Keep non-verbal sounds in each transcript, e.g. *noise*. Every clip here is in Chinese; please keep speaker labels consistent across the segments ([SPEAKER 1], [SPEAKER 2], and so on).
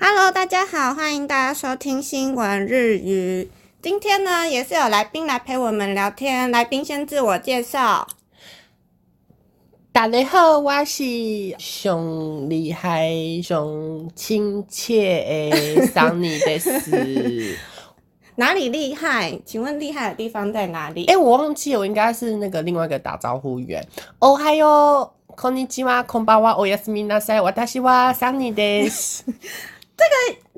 [SPEAKER 1] Hello，大家好，欢迎大家收听新闻日语。今天呢，也是有来宾来陪我们聊天。来宾先自我介绍。
[SPEAKER 2] 大家好，我是上厉害、上亲切的 Sunny 的是。
[SPEAKER 1] 哪里厉害？请问厉害的地方在哪里？
[SPEAKER 2] 哎、我忘记我应该是那个另外一个打招呼员。哦嗨哟，こんにちは、こんばんは、おやすみなさい。私は Sunny です。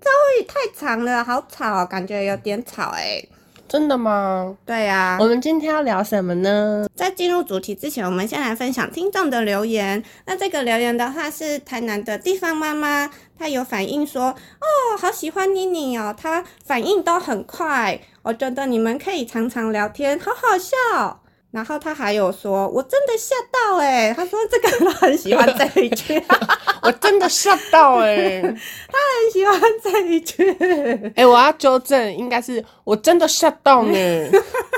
[SPEAKER 1] 哎、太长了，好吵，感觉有点吵哎、
[SPEAKER 2] 真的吗？
[SPEAKER 1] 对啊呀、
[SPEAKER 2] 我们今天要聊什么呢？
[SPEAKER 1] 在进入主题之前，我们先来分享听众的留言。那这个留言的话是台南的地方妈妈，她有反映说，哦，好喜欢妮妮哦，她反应都很快，我觉得你们可以常常聊天，好好笑。然后她还有说，我真的吓到哎、欸，她说这个她很喜欢这一句，她很
[SPEAKER 2] 我真的吓到哎、
[SPEAKER 1] 喜欢这一句。
[SPEAKER 2] 哎、我要纠正，应该是我真的吓到呢，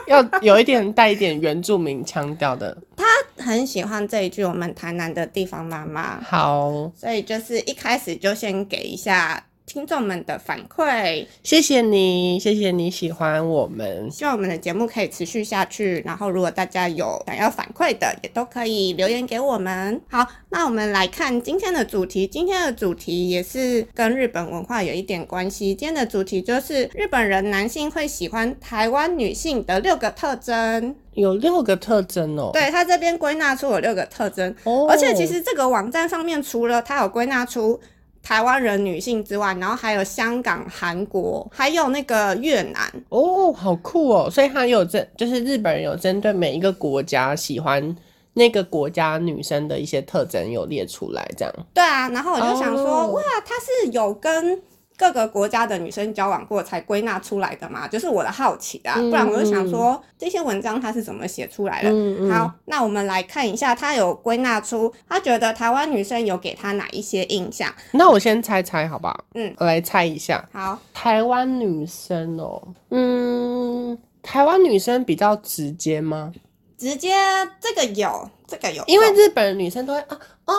[SPEAKER 2] 要有一点带一点原住民腔调的。
[SPEAKER 1] 她很喜欢这一句，我们台南的地方妈妈。
[SPEAKER 2] 好，
[SPEAKER 1] 所以就是一开始就先给一下听众们的反馈，
[SPEAKER 2] 谢谢你，谢谢你喜欢我们。
[SPEAKER 1] 希望我们的节目可以持续下去。然后，如果大家有想要反馈的，也都可以留言给我们。好，那我们来看今天的主题。今天的主题也是跟日本文化有一点关系。今天的主题就是日本人男性会喜欢台湾女性的六个特征。
[SPEAKER 2] 有六个特征哦。
[SPEAKER 1] 对他这边归纳出有六个特征，
[SPEAKER 2] 哦，
[SPEAKER 1] 而且其实这个网站上面除了它有归纳出台湾人女性之外，然后还有香港、韩国，还有那个越南。
[SPEAKER 2] 哦，好酷哦。所以他有针，就是日本人有针对每一个国家喜欢那个国家女生的一些特征有列出来，这样。
[SPEAKER 1] 对啊，然后我就想说
[SPEAKER 2] 哦
[SPEAKER 1] 哇，他是有跟各个国家的女生交往过才归纳出来的嘛？就是我的好奇啊，
[SPEAKER 2] 嗯
[SPEAKER 1] 不然我就想说这些文章他是怎么写出来的？
[SPEAKER 2] 嗯嗯
[SPEAKER 1] 好，那我们来看一下，他有归纳出他觉得台湾女生有给他哪一些印象。
[SPEAKER 2] 那我先猜猜，好不好？
[SPEAKER 1] 嗯，
[SPEAKER 2] 我来猜一下，
[SPEAKER 1] 好，
[SPEAKER 2] 台湾女生哦，嗯，台湾女生比较直接吗？
[SPEAKER 1] 直接这个有，这个有中，
[SPEAKER 2] 因为日本的女生都会啊哦，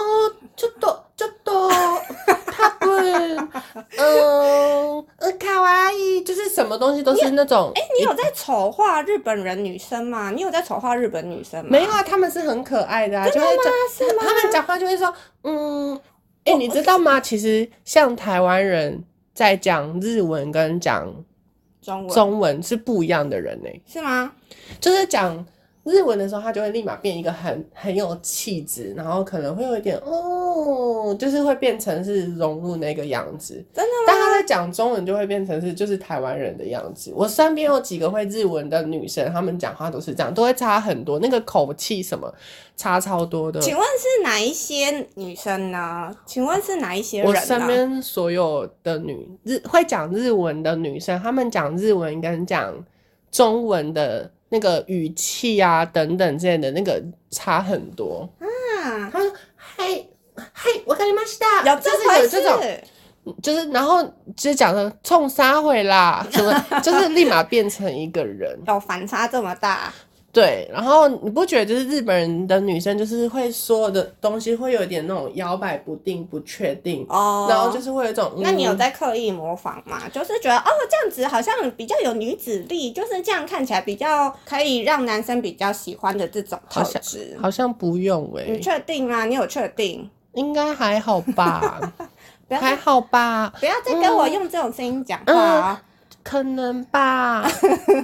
[SPEAKER 2] ちょっとちょっと，他们嗯呃卡哇伊，就是什么东西都是那种哎、
[SPEAKER 1] 你有在丑化日本人女生吗？你有在丑化日本女生吗？
[SPEAKER 2] 没有啊，他们是很可爱的啊，就会讲
[SPEAKER 1] 是吗
[SPEAKER 2] 他们讲话就会说嗯哎、你知道吗？其实像台湾人在讲日文跟讲
[SPEAKER 1] 中文
[SPEAKER 2] 中文是不一样的人呢、欸
[SPEAKER 1] 是吗？
[SPEAKER 2] 就是讲日文的时候，他就会立马变一个很很有气质，然后可能会有一点哦，就是会变成是融入那个样子。
[SPEAKER 1] 真的
[SPEAKER 2] 但他在讲中文就会变成是就是台湾人的样子。我身边有几个会日文的女生，她们讲话都是这样，都会差很多，那个口气什么差超多的。
[SPEAKER 1] 请问是哪一些女生呢？请问是哪一些人
[SPEAKER 2] 我
[SPEAKER 1] 呢？
[SPEAKER 2] 身边所有的女日会讲日文的女生，她们讲日文跟讲中文的那个语气啊等等之类的那个差很多。
[SPEAKER 1] 啊
[SPEAKER 2] 她说：“嗨嗨，我跟你们是
[SPEAKER 1] 有
[SPEAKER 2] 就
[SPEAKER 1] 这
[SPEAKER 2] 是
[SPEAKER 1] 回
[SPEAKER 2] 有
[SPEAKER 1] 事
[SPEAKER 2] 这种，就是然后就是讲的冲杀回啦， *laughs* 什么就是立马变成一个人。
[SPEAKER 1] 有反差这么大，
[SPEAKER 2] 对，然后你不觉得就是日本人的女生就是会所有的东西会有点那种摇摆不定、不确定。”
[SPEAKER 1] 哦，
[SPEAKER 2] 然后就是会嗯有一种，
[SPEAKER 1] 那你有
[SPEAKER 2] 嗯
[SPEAKER 1] 在刻意模仿吗？就是觉得哦，这样子好像比较有女子力，就是这样看起来比较可以让男生比较喜欢的这种特
[SPEAKER 2] 好像
[SPEAKER 1] 质。
[SPEAKER 2] 好像不用哎、
[SPEAKER 1] 你确定吗？你有确定？
[SPEAKER 2] 应该还好吧，
[SPEAKER 1] *laughs* 不要
[SPEAKER 2] 还好吧，
[SPEAKER 1] 不要再跟我用这种声音讲话
[SPEAKER 2] 嗯
[SPEAKER 1] 哦。
[SPEAKER 2] 可能
[SPEAKER 1] *laughs*
[SPEAKER 2] 吧。
[SPEAKER 1] 哎 OK，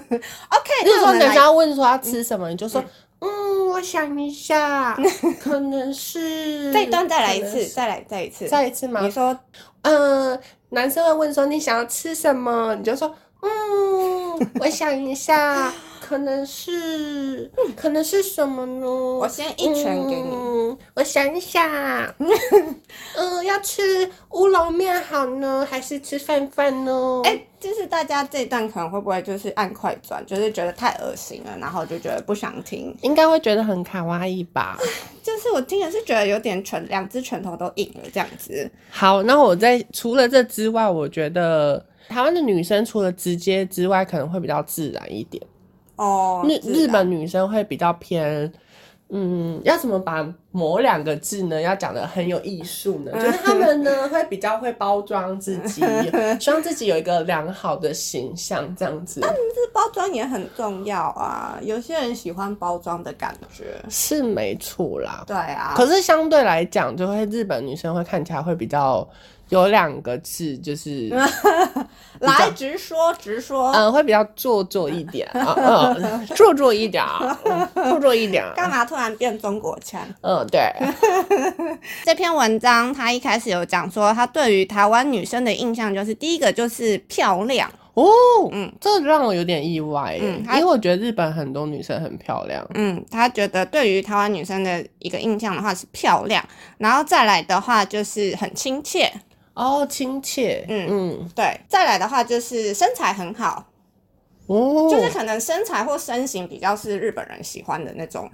[SPEAKER 2] 比
[SPEAKER 1] 那
[SPEAKER 2] 如
[SPEAKER 1] 我
[SPEAKER 2] 说
[SPEAKER 1] 们
[SPEAKER 2] 人
[SPEAKER 1] 来
[SPEAKER 2] 家问说要吃什么，你就说嗯，我想一
[SPEAKER 1] *laughs*
[SPEAKER 2] 下，可能是。
[SPEAKER 1] 这一段再来一
[SPEAKER 2] 可能
[SPEAKER 1] 次，
[SPEAKER 2] 是，
[SPEAKER 1] 再来再一次。
[SPEAKER 2] 再一次吗
[SPEAKER 1] 你？说
[SPEAKER 2] 嗯，男生会问说你想要吃什么，你就说嗯，我想
[SPEAKER 1] *laughs*
[SPEAKER 2] 一下，可能是，可能是什么呢？
[SPEAKER 1] 我先一拳给你，
[SPEAKER 2] 嗯、我想
[SPEAKER 1] *laughs*
[SPEAKER 2] 一下，嗯，要吃乌龙面好呢，还是吃饭饭呢？
[SPEAKER 1] 哎、就是大家这一段可能会不会就是按快转，就是觉得太恶心了，然后就觉得不想听。
[SPEAKER 2] 应该会觉得很卡哇伊吧。
[SPEAKER 1] 就是我听了是觉得有点拳，两只拳头都硬了这样子。
[SPEAKER 2] 好，那我在除了这之外，我觉得台湾的女生除了直接之外，可能会比较自然一点。
[SPEAKER 1] 哦，
[SPEAKER 2] 日
[SPEAKER 1] 是的
[SPEAKER 2] 日本女生会比较偏嗯，要怎么把某两个字呢，要讲的很有艺术呢？就是他们呢会比较会包装自己，希望自己有一个良好的形象，这样子
[SPEAKER 1] 这包装也很重要啊，有些人喜欢包装的感觉。
[SPEAKER 2] 是没错啦。
[SPEAKER 1] 对啊，
[SPEAKER 2] 可是相对来讲，就会日本女生会看起来会比较有两个字，就是
[SPEAKER 1] 来直说直说，
[SPEAKER 2] 嗯，会比较做作一点啊，嗯，做作一点啊，嗯做作一点啊。
[SPEAKER 1] 干嘛突然变中国腔？
[SPEAKER 2] 嗯，对，
[SPEAKER 1] 这篇文章他一开始有讲说，他对于台湾女生的印象就是第一个就是漂亮，
[SPEAKER 2] 哦，
[SPEAKER 1] 嗯
[SPEAKER 2] 嗯，这让我有点意外耶，
[SPEAKER 1] 嗯还
[SPEAKER 2] 因为我觉得日本很多女生很漂亮，
[SPEAKER 1] 嗯，他觉得对于台湾女生的一个印象的话是漂亮，然后再来的话就是很亲切，
[SPEAKER 2] 哦，亲切，
[SPEAKER 1] 嗯
[SPEAKER 2] 嗯
[SPEAKER 1] 对，再来的话就是身材很好，
[SPEAKER 2] 哦，
[SPEAKER 1] 就是可能身材或身形比较是日本人喜欢的那种，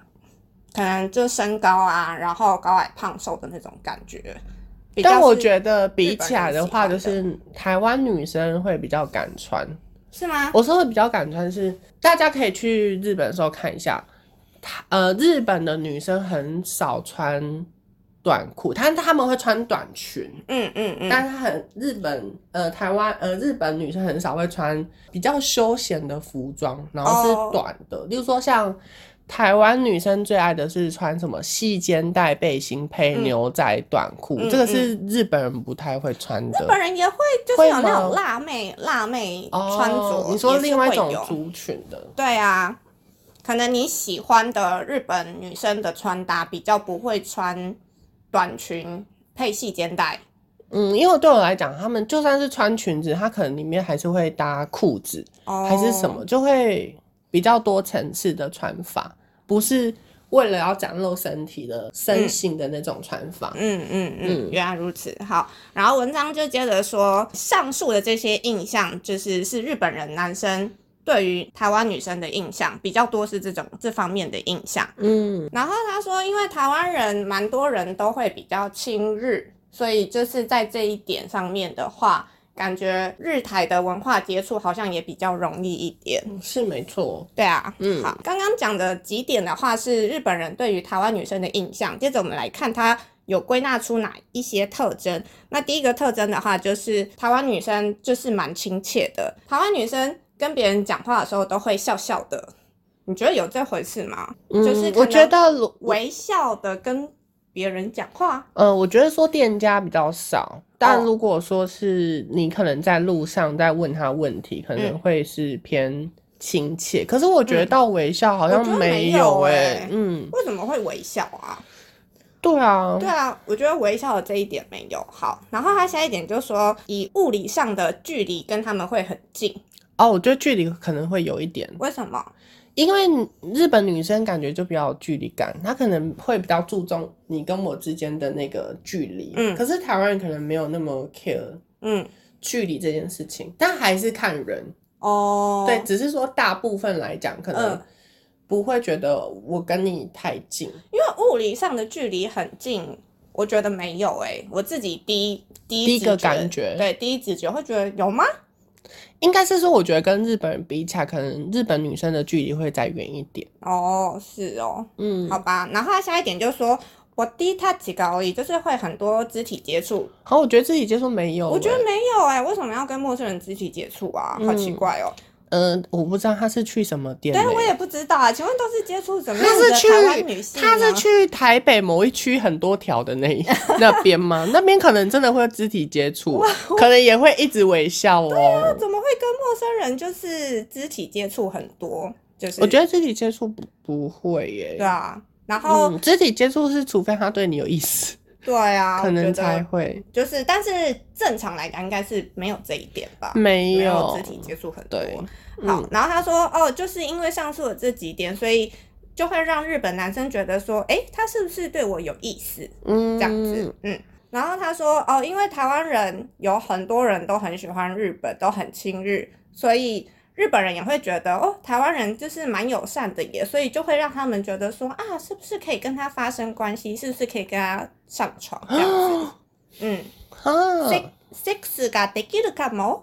[SPEAKER 1] 可能就身高啊，然后高矮胖瘦的那种感觉。比较
[SPEAKER 2] 但我
[SPEAKER 1] 是
[SPEAKER 2] 觉得比
[SPEAKER 1] 日本
[SPEAKER 2] 起来
[SPEAKER 1] 人
[SPEAKER 2] 的
[SPEAKER 1] 喜
[SPEAKER 2] 话，
[SPEAKER 1] 欢
[SPEAKER 2] 就
[SPEAKER 1] 的
[SPEAKER 2] 是台湾女生会比较敢穿。
[SPEAKER 1] 是吗？
[SPEAKER 2] 我说会比较敢穿是，大家可以去日本的时候看一下，她呃，日本的女生很少穿短裤，她她们会穿短裙，
[SPEAKER 1] 嗯嗯嗯，
[SPEAKER 2] 但是很日本呃台湾呃日本女生很少会穿比较休闲的服装，然后
[SPEAKER 1] 哦
[SPEAKER 2] 是短的，例如说像台湾女生最爱的是穿什么细肩带背心配
[SPEAKER 1] 嗯
[SPEAKER 2] 牛仔短裤，
[SPEAKER 1] 嗯
[SPEAKER 2] 这个是日本人不太会穿的。
[SPEAKER 1] 日本人也会就是
[SPEAKER 2] 会
[SPEAKER 1] 有那
[SPEAKER 2] 吗
[SPEAKER 1] 种辣妹辣妹
[SPEAKER 2] 哦
[SPEAKER 1] 穿着，
[SPEAKER 2] 你说
[SPEAKER 1] 也是
[SPEAKER 2] 另外一
[SPEAKER 1] 会
[SPEAKER 2] 种
[SPEAKER 1] 有
[SPEAKER 2] 族群的，
[SPEAKER 1] 对啊，可能你喜欢的日本女生的穿搭比较不会穿短裙配细肩带，
[SPEAKER 2] 嗯，因为对我来讲，他们就算是穿裙子，她可能里面还是会搭裤子，
[SPEAKER 1] 哦
[SPEAKER 2] 还是什么，就会比较多层次的穿法，不是为了要展露身体的身形的那种穿法。
[SPEAKER 1] 嗯嗯嗯，
[SPEAKER 2] 嗯
[SPEAKER 1] 原来如此。好，然后文章就接着说，上述的这些印象，就是是日本人男生对于台湾女生的印象比较多，是这种这方面的印象。
[SPEAKER 2] 嗯，
[SPEAKER 1] 然后他说，因为台湾人蛮多人都会比较亲日，所以就是在这一点上面的话，感觉日台的文化接触好像也比较容易一点。
[SPEAKER 2] 是没错。
[SPEAKER 1] 对啊，
[SPEAKER 2] 嗯
[SPEAKER 1] 好，刚刚讲的几点的话是日本人对于台湾女生的印象，接着我们来看他有归纳出哪一些特征。那第一个特征的话，就是台湾女生就是蛮亲切的，台湾女生跟别人讲话的时候都会笑笑的，你觉得有这回事吗？
[SPEAKER 2] 嗯，
[SPEAKER 1] 就是可
[SPEAKER 2] 我觉
[SPEAKER 1] 能
[SPEAKER 2] 得如，
[SPEAKER 1] 微笑的跟别人讲话。
[SPEAKER 2] 呃，我觉得说店家比较少，但
[SPEAKER 1] 哦
[SPEAKER 2] 如果说是你可能在路上在问他问题，可能
[SPEAKER 1] 嗯
[SPEAKER 2] 会是偏亲切。可是我觉得
[SPEAKER 1] 嗯
[SPEAKER 2] 到微笑好
[SPEAKER 1] 我
[SPEAKER 2] 像
[SPEAKER 1] 觉得没有
[SPEAKER 2] 有哎、
[SPEAKER 1] 欸
[SPEAKER 2] 嗯，
[SPEAKER 1] 为什么会微笑啊？
[SPEAKER 2] 对啊，
[SPEAKER 1] 对啊，我觉得微笑的这一点没有好。然后他下一点就说，以物理上的距离跟他们会很近，
[SPEAKER 2] 哦，我觉得距离可能会有一点，
[SPEAKER 1] 为什么？
[SPEAKER 2] 因为日本女生感觉就比较有距离感，她可能会比较注重你跟我之间的那个距离。
[SPEAKER 1] 嗯
[SPEAKER 2] 可是台湾人可能没有那么 care
[SPEAKER 1] 嗯，
[SPEAKER 2] 距离这件事情，但还是看人。
[SPEAKER 1] 哦，
[SPEAKER 2] 对，，只是说大部分来讲，可能
[SPEAKER 1] 嗯
[SPEAKER 2] 不会觉得我跟你太近。
[SPEAKER 1] 因为物理上的距离很近，我觉得没有诶、我自己第一第一
[SPEAKER 2] 第一个
[SPEAKER 1] 直
[SPEAKER 2] 感觉
[SPEAKER 1] 对，第一直觉会觉得有吗？
[SPEAKER 2] 应该是说，我觉得跟日本人比起来，可能日本女生的距离会再远一点。
[SPEAKER 1] 哦，是哦，
[SPEAKER 2] 嗯，
[SPEAKER 1] 好吧。然后他下一点就说。我低他几高而已，就是会很多肢体接触，
[SPEAKER 2] 好，我觉得自己接触没有欸、
[SPEAKER 1] 我觉得没有哎、为什么要跟陌生人肢体接触啊？好奇
[SPEAKER 2] 嗯
[SPEAKER 1] 怪哦、
[SPEAKER 2] 嗯、我不知道她是去什么店、欸。
[SPEAKER 1] 对，我也不知道啊。请问都是接触怎么样
[SPEAKER 2] 他
[SPEAKER 1] 的
[SPEAKER 2] 是去
[SPEAKER 1] 台湾女性呢？
[SPEAKER 2] 他是去台北某一区很多条的那一那
[SPEAKER 1] *laughs*
[SPEAKER 2] 边吗？那边可能真的会肢体接触，可能也会一直微笑哦。
[SPEAKER 1] 怎么会跟陌生人就是肢体接触很多？就是
[SPEAKER 2] 我觉得肢体接触不不会耶。
[SPEAKER 1] 对啊，然后、
[SPEAKER 2] 嗯，肢体接触是除非他对你有意思，
[SPEAKER 1] 对啊，
[SPEAKER 2] 可
[SPEAKER 1] 我
[SPEAKER 2] 能
[SPEAKER 1] 觉
[SPEAKER 2] 才
[SPEAKER 1] 得
[SPEAKER 2] 会
[SPEAKER 1] 就是，但是正常来讲应该是没有这一点吧。
[SPEAKER 2] 嗯没
[SPEAKER 1] 啊没
[SPEAKER 2] 有
[SPEAKER 1] 有肢体接触很多。
[SPEAKER 2] 对
[SPEAKER 1] 好，然后他说，哦，就是因为上述的这几点，所以就会让日本男生觉得说，诶，他是不是对我有意思？
[SPEAKER 2] 嗯
[SPEAKER 1] 这样子，嗯。然后他说，哦，因为台湾人有很多人都很喜欢日本，都很亲日，所以日本人也会觉得，哦，台湾人就是蛮友善的耶，所以就会让他们觉得说，啊，是不是可以跟他发生关系？是不是可以跟他上床这样子？嗯，
[SPEAKER 2] 啊
[SPEAKER 1] 所以 sex ができるかも。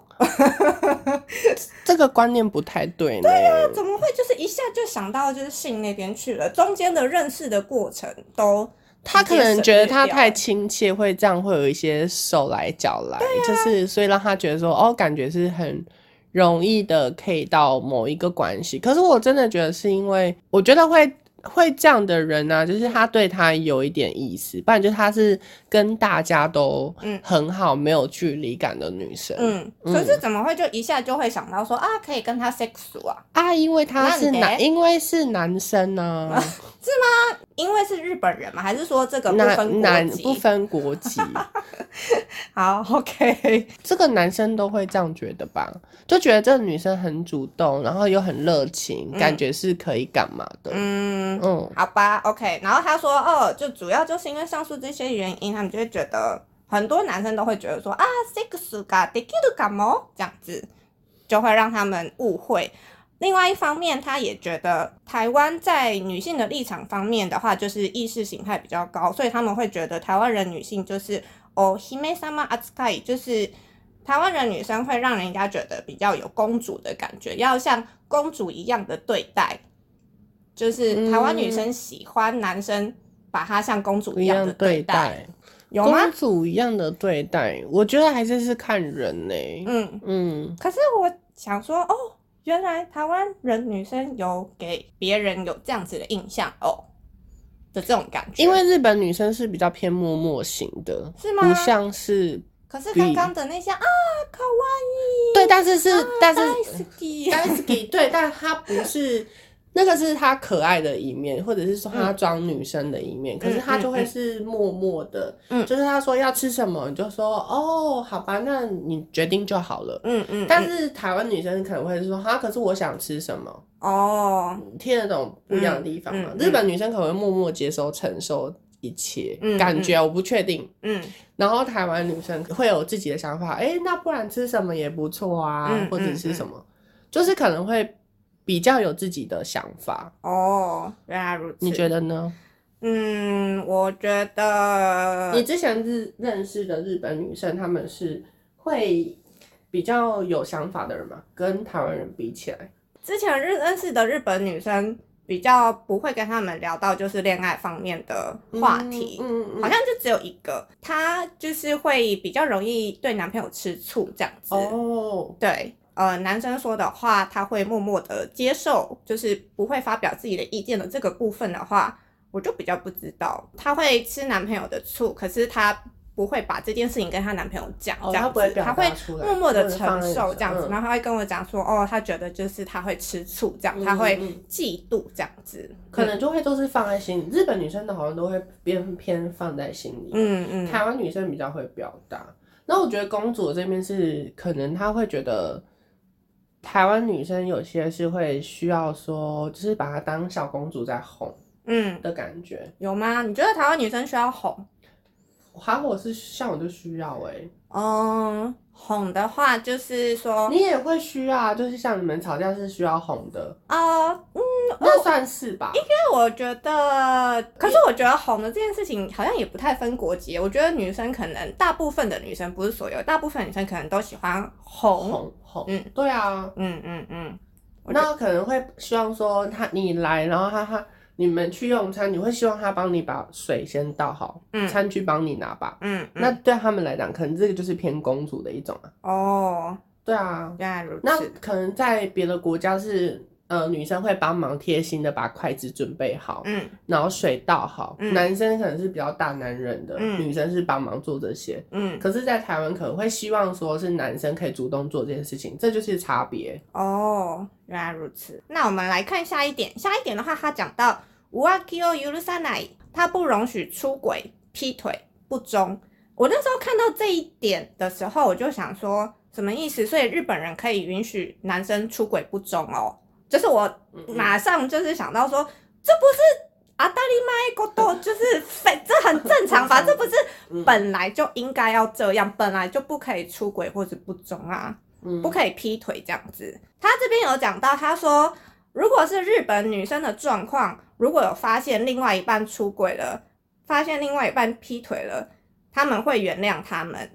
[SPEAKER 2] 这个观念不太对呢。对
[SPEAKER 1] 那怎么会就是一下就想到就是性那边去了？中间的认识的过程都
[SPEAKER 2] 他可
[SPEAKER 1] 直
[SPEAKER 2] 能
[SPEAKER 1] 接省略
[SPEAKER 2] 觉得他
[SPEAKER 1] 掉
[SPEAKER 2] 太亲切，会这样会有一些手来脚来，
[SPEAKER 1] 啊
[SPEAKER 2] 就是所以让他觉得说哦，感觉是很容易的可以到某一个关系。可是我真的觉得是因为我觉得会会这样的人呢、啊就是他对他有一点意思，不然就是他是跟大家都
[SPEAKER 1] 嗯
[SPEAKER 2] 很好、没有距离感的女生。
[SPEAKER 1] 嗯，
[SPEAKER 2] 嗯
[SPEAKER 1] 可是怎么会就一下就会想到说啊，可以跟他 sex 啊？
[SPEAKER 2] 啊，因为他是
[SPEAKER 1] 那你
[SPEAKER 2] 男，
[SPEAKER 1] 得
[SPEAKER 2] 因为是男生啊呢、
[SPEAKER 1] *laughs* 因为是日本人嘛，还是说这个不分
[SPEAKER 2] 男
[SPEAKER 1] 国
[SPEAKER 2] 男
[SPEAKER 1] 籍？
[SPEAKER 2] 不分国籍。
[SPEAKER 1] 好，OK，
[SPEAKER 2] 这个男生都会这样觉得吧？就觉得这个女生很主动，然后又很热情，
[SPEAKER 1] 嗯
[SPEAKER 2] 感觉是可以干嘛的。嗯
[SPEAKER 1] 嗯，好吧，OK。然后他说哦，就主要就是因为上述这些原因，他们就会觉得很多男生都会觉得说啊，sex ができるかも哦这样子，就会让他们误会。另外一方面，他也觉得台湾在女性的立场方面的话，就是意识形态比较高，所以他们会觉得台湾人女性就是哦，姫様扱い，就是台湾人女生会让人家觉得比较有公主的感觉，要像公主一样的对待，就是台湾女
[SPEAKER 2] 嗯
[SPEAKER 1] 生喜欢男生把她像公主
[SPEAKER 2] 不
[SPEAKER 1] 一
[SPEAKER 2] 一
[SPEAKER 1] 样
[SPEAKER 2] 样
[SPEAKER 1] 的
[SPEAKER 2] 的
[SPEAKER 1] 对
[SPEAKER 2] 对
[SPEAKER 1] 待，
[SPEAKER 2] 待，
[SPEAKER 1] 有吗
[SPEAKER 2] 公？主一样的对待，我觉得还是是看人呢、
[SPEAKER 1] 嗯，
[SPEAKER 2] 嗯，
[SPEAKER 1] 可是我想说，哦，原来台湾人女生有给别人有这样子的印象哦的这种感觉，
[SPEAKER 2] 因为日本女生是比较偏默默型的，
[SPEAKER 1] 是吗
[SPEAKER 2] 不像是
[SPEAKER 1] 可是刚刚的那些啊，可
[SPEAKER 2] 对，但是
[SPEAKER 1] 啊
[SPEAKER 2] 是、但是
[SPEAKER 1] 爱死你，
[SPEAKER 2] 但是给对，但她不是。那个是她可爱的一面，或者是说
[SPEAKER 1] 嗯
[SPEAKER 2] 她装女生的一面，可是她就会是默默的，
[SPEAKER 1] 嗯
[SPEAKER 2] 就是她说要吃什么，你就说哦，好吧，那你决定就好了。
[SPEAKER 1] 嗯嗯，
[SPEAKER 2] 但
[SPEAKER 1] 嗯
[SPEAKER 2] 是台湾女生可能会说，哈，可是我想吃什么，
[SPEAKER 1] 哦，
[SPEAKER 2] 你听得懂不一样的地方吗？
[SPEAKER 1] 嗯嗯
[SPEAKER 2] 日本女生可能会默默接收、承受一切，
[SPEAKER 1] 嗯
[SPEAKER 2] 感觉我不确定。
[SPEAKER 1] 嗯
[SPEAKER 2] 然后台湾女生会有自己的想法，哎，那不然吃什么也不错啊，
[SPEAKER 1] 嗯
[SPEAKER 2] 或者是什么，就是可能会比较有自己的想法。
[SPEAKER 1] 哦，原来如此。
[SPEAKER 2] 你觉得呢？
[SPEAKER 1] 嗯，我觉得
[SPEAKER 2] 你之前日认识的日本女生，她们是会比较有想法的人吗？跟台湾人比起来，
[SPEAKER 1] 之前日认识的日本女生比较不会跟他们聊到就是恋爱方面的话题，
[SPEAKER 2] 嗯嗯嗯
[SPEAKER 1] 好像就只有一个，她就是会比较容易对男朋友吃醋这样子。
[SPEAKER 2] 哦，
[SPEAKER 1] 对，呃，男生说的话，她会默默的接受，就是不会发表自己的意见的这个部分的话，我就比较不知道。她会吃男朋友的醋，可是她不会把这件事情跟她男朋友讲，
[SPEAKER 2] 哦
[SPEAKER 1] 这样
[SPEAKER 2] 她
[SPEAKER 1] 子，
[SPEAKER 2] 不会表
[SPEAKER 1] 她
[SPEAKER 2] 达
[SPEAKER 1] 会
[SPEAKER 2] 出来
[SPEAKER 1] 默默的
[SPEAKER 2] 或者
[SPEAKER 1] 承
[SPEAKER 2] 放在脸
[SPEAKER 1] 受
[SPEAKER 2] 上
[SPEAKER 1] 这样子，
[SPEAKER 2] 嗯
[SPEAKER 1] 然后她会跟我讲说，哦，她觉得就是她会吃醋这样，
[SPEAKER 2] 嗯
[SPEAKER 1] 她会
[SPEAKER 2] 嗯嗯
[SPEAKER 1] 嫉妒这样子，
[SPEAKER 2] 可能就会都是放在心里。日本女生的好像都会偏偏放在心里，
[SPEAKER 1] 嗯嗯
[SPEAKER 2] 台湾女生比较会表达。那我觉得公主这边是可能她会觉得，台湾女生有些是会需要说，就是把她当小公主在哄
[SPEAKER 1] 嗯，
[SPEAKER 2] 的感觉。
[SPEAKER 1] 有吗？你觉得台湾女生需要哄？
[SPEAKER 2] 还我是像我就需要哎、
[SPEAKER 1] 嗯，哄的话就是说，
[SPEAKER 2] 你也会需要啊，就是像你们吵架是需要哄的，
[SPEAKER 1] 哦，
[SPEAKER 2] 那算是吧。
[SPEAKER 1] 我觉得，可是我觉得哄的这件事情好像也不太分国籍。我觉得女生可能大部分的女生不是所有，大部分女生可能都喜欢哄。
[SPEAKER 2] 哄哄，
[SPEAKER 1] 嗯
[SPEAKER 2] 对啊。
[SPEAKER 1] 嗯嗯嗯，我觉
[SPEAKER 2] 那可能会希望说他你来，然后他他你们去用餐，你会希望他帮你把水先倒好，
[SPEAKER 1] 嗯
[SPEAKER 2] 餐具帮你拿吧。
[SPEAKER 1] 嗯，
[SPEAKER 2] 那
[SPEAKER 1] 嗯
[SPEAKER 2] 对他们来讲，可能这个就是偏公主的一种啊。
[SPEAKER 1] 哦，
[SPEAKER 2] 对啊，
[SPEAKER 1] 原来如
[SPEAKER 2] 那
[SPEAKER 1] 此。
[SPEAKER 2] 可能在别的国家是，呃，女生会帮忙贴心的把筷子准备好，
[SPEAKER 1] 嗯
[SPEAKER 2] 然后水倒好。
[SPEAKER 1] 嗯
[SPEAKER 2] 男生可能是比较大男人的，
[SPEAKER 1] 嗯
[SPEAKER 2] 女生是帮忙做这些。
[SPEAKER 1] 嗯，
[SPEAKER 2] 可是，在台湾可能会希望说是男生可以主动做这件事情，这就是差别。
[SPEAKER 1] 哦，原来如此。那我们来看下一点，下一点的话，他讲到无阿哦 Q 尤鲁萨奈，他不容许出轨、劈腿、不忠。我那时候看到这一点的时候，我就想说，什么意思？所以日本人可以允许男生出轨不忠哦？就是我
[SPEAKER 2] 嗯嗯
[SPEAKER 1] 马上就是想到说，这不是阿达利麦国多，就是非这很正常吧？这不是
[SPEAKER 2] 嗯
[SPEAKER 1] 本来就应该要这样，本来就不可以出轨或者不忠啊。
[SPEAKER 2] 嗯
[SPEAKER 1] 不可以劈腿这样子。他这边有讲到，他说如果是日本女生的状况，如果有发现另外一半出轨了，发现另外一半劈腿了，他们会原谅他们。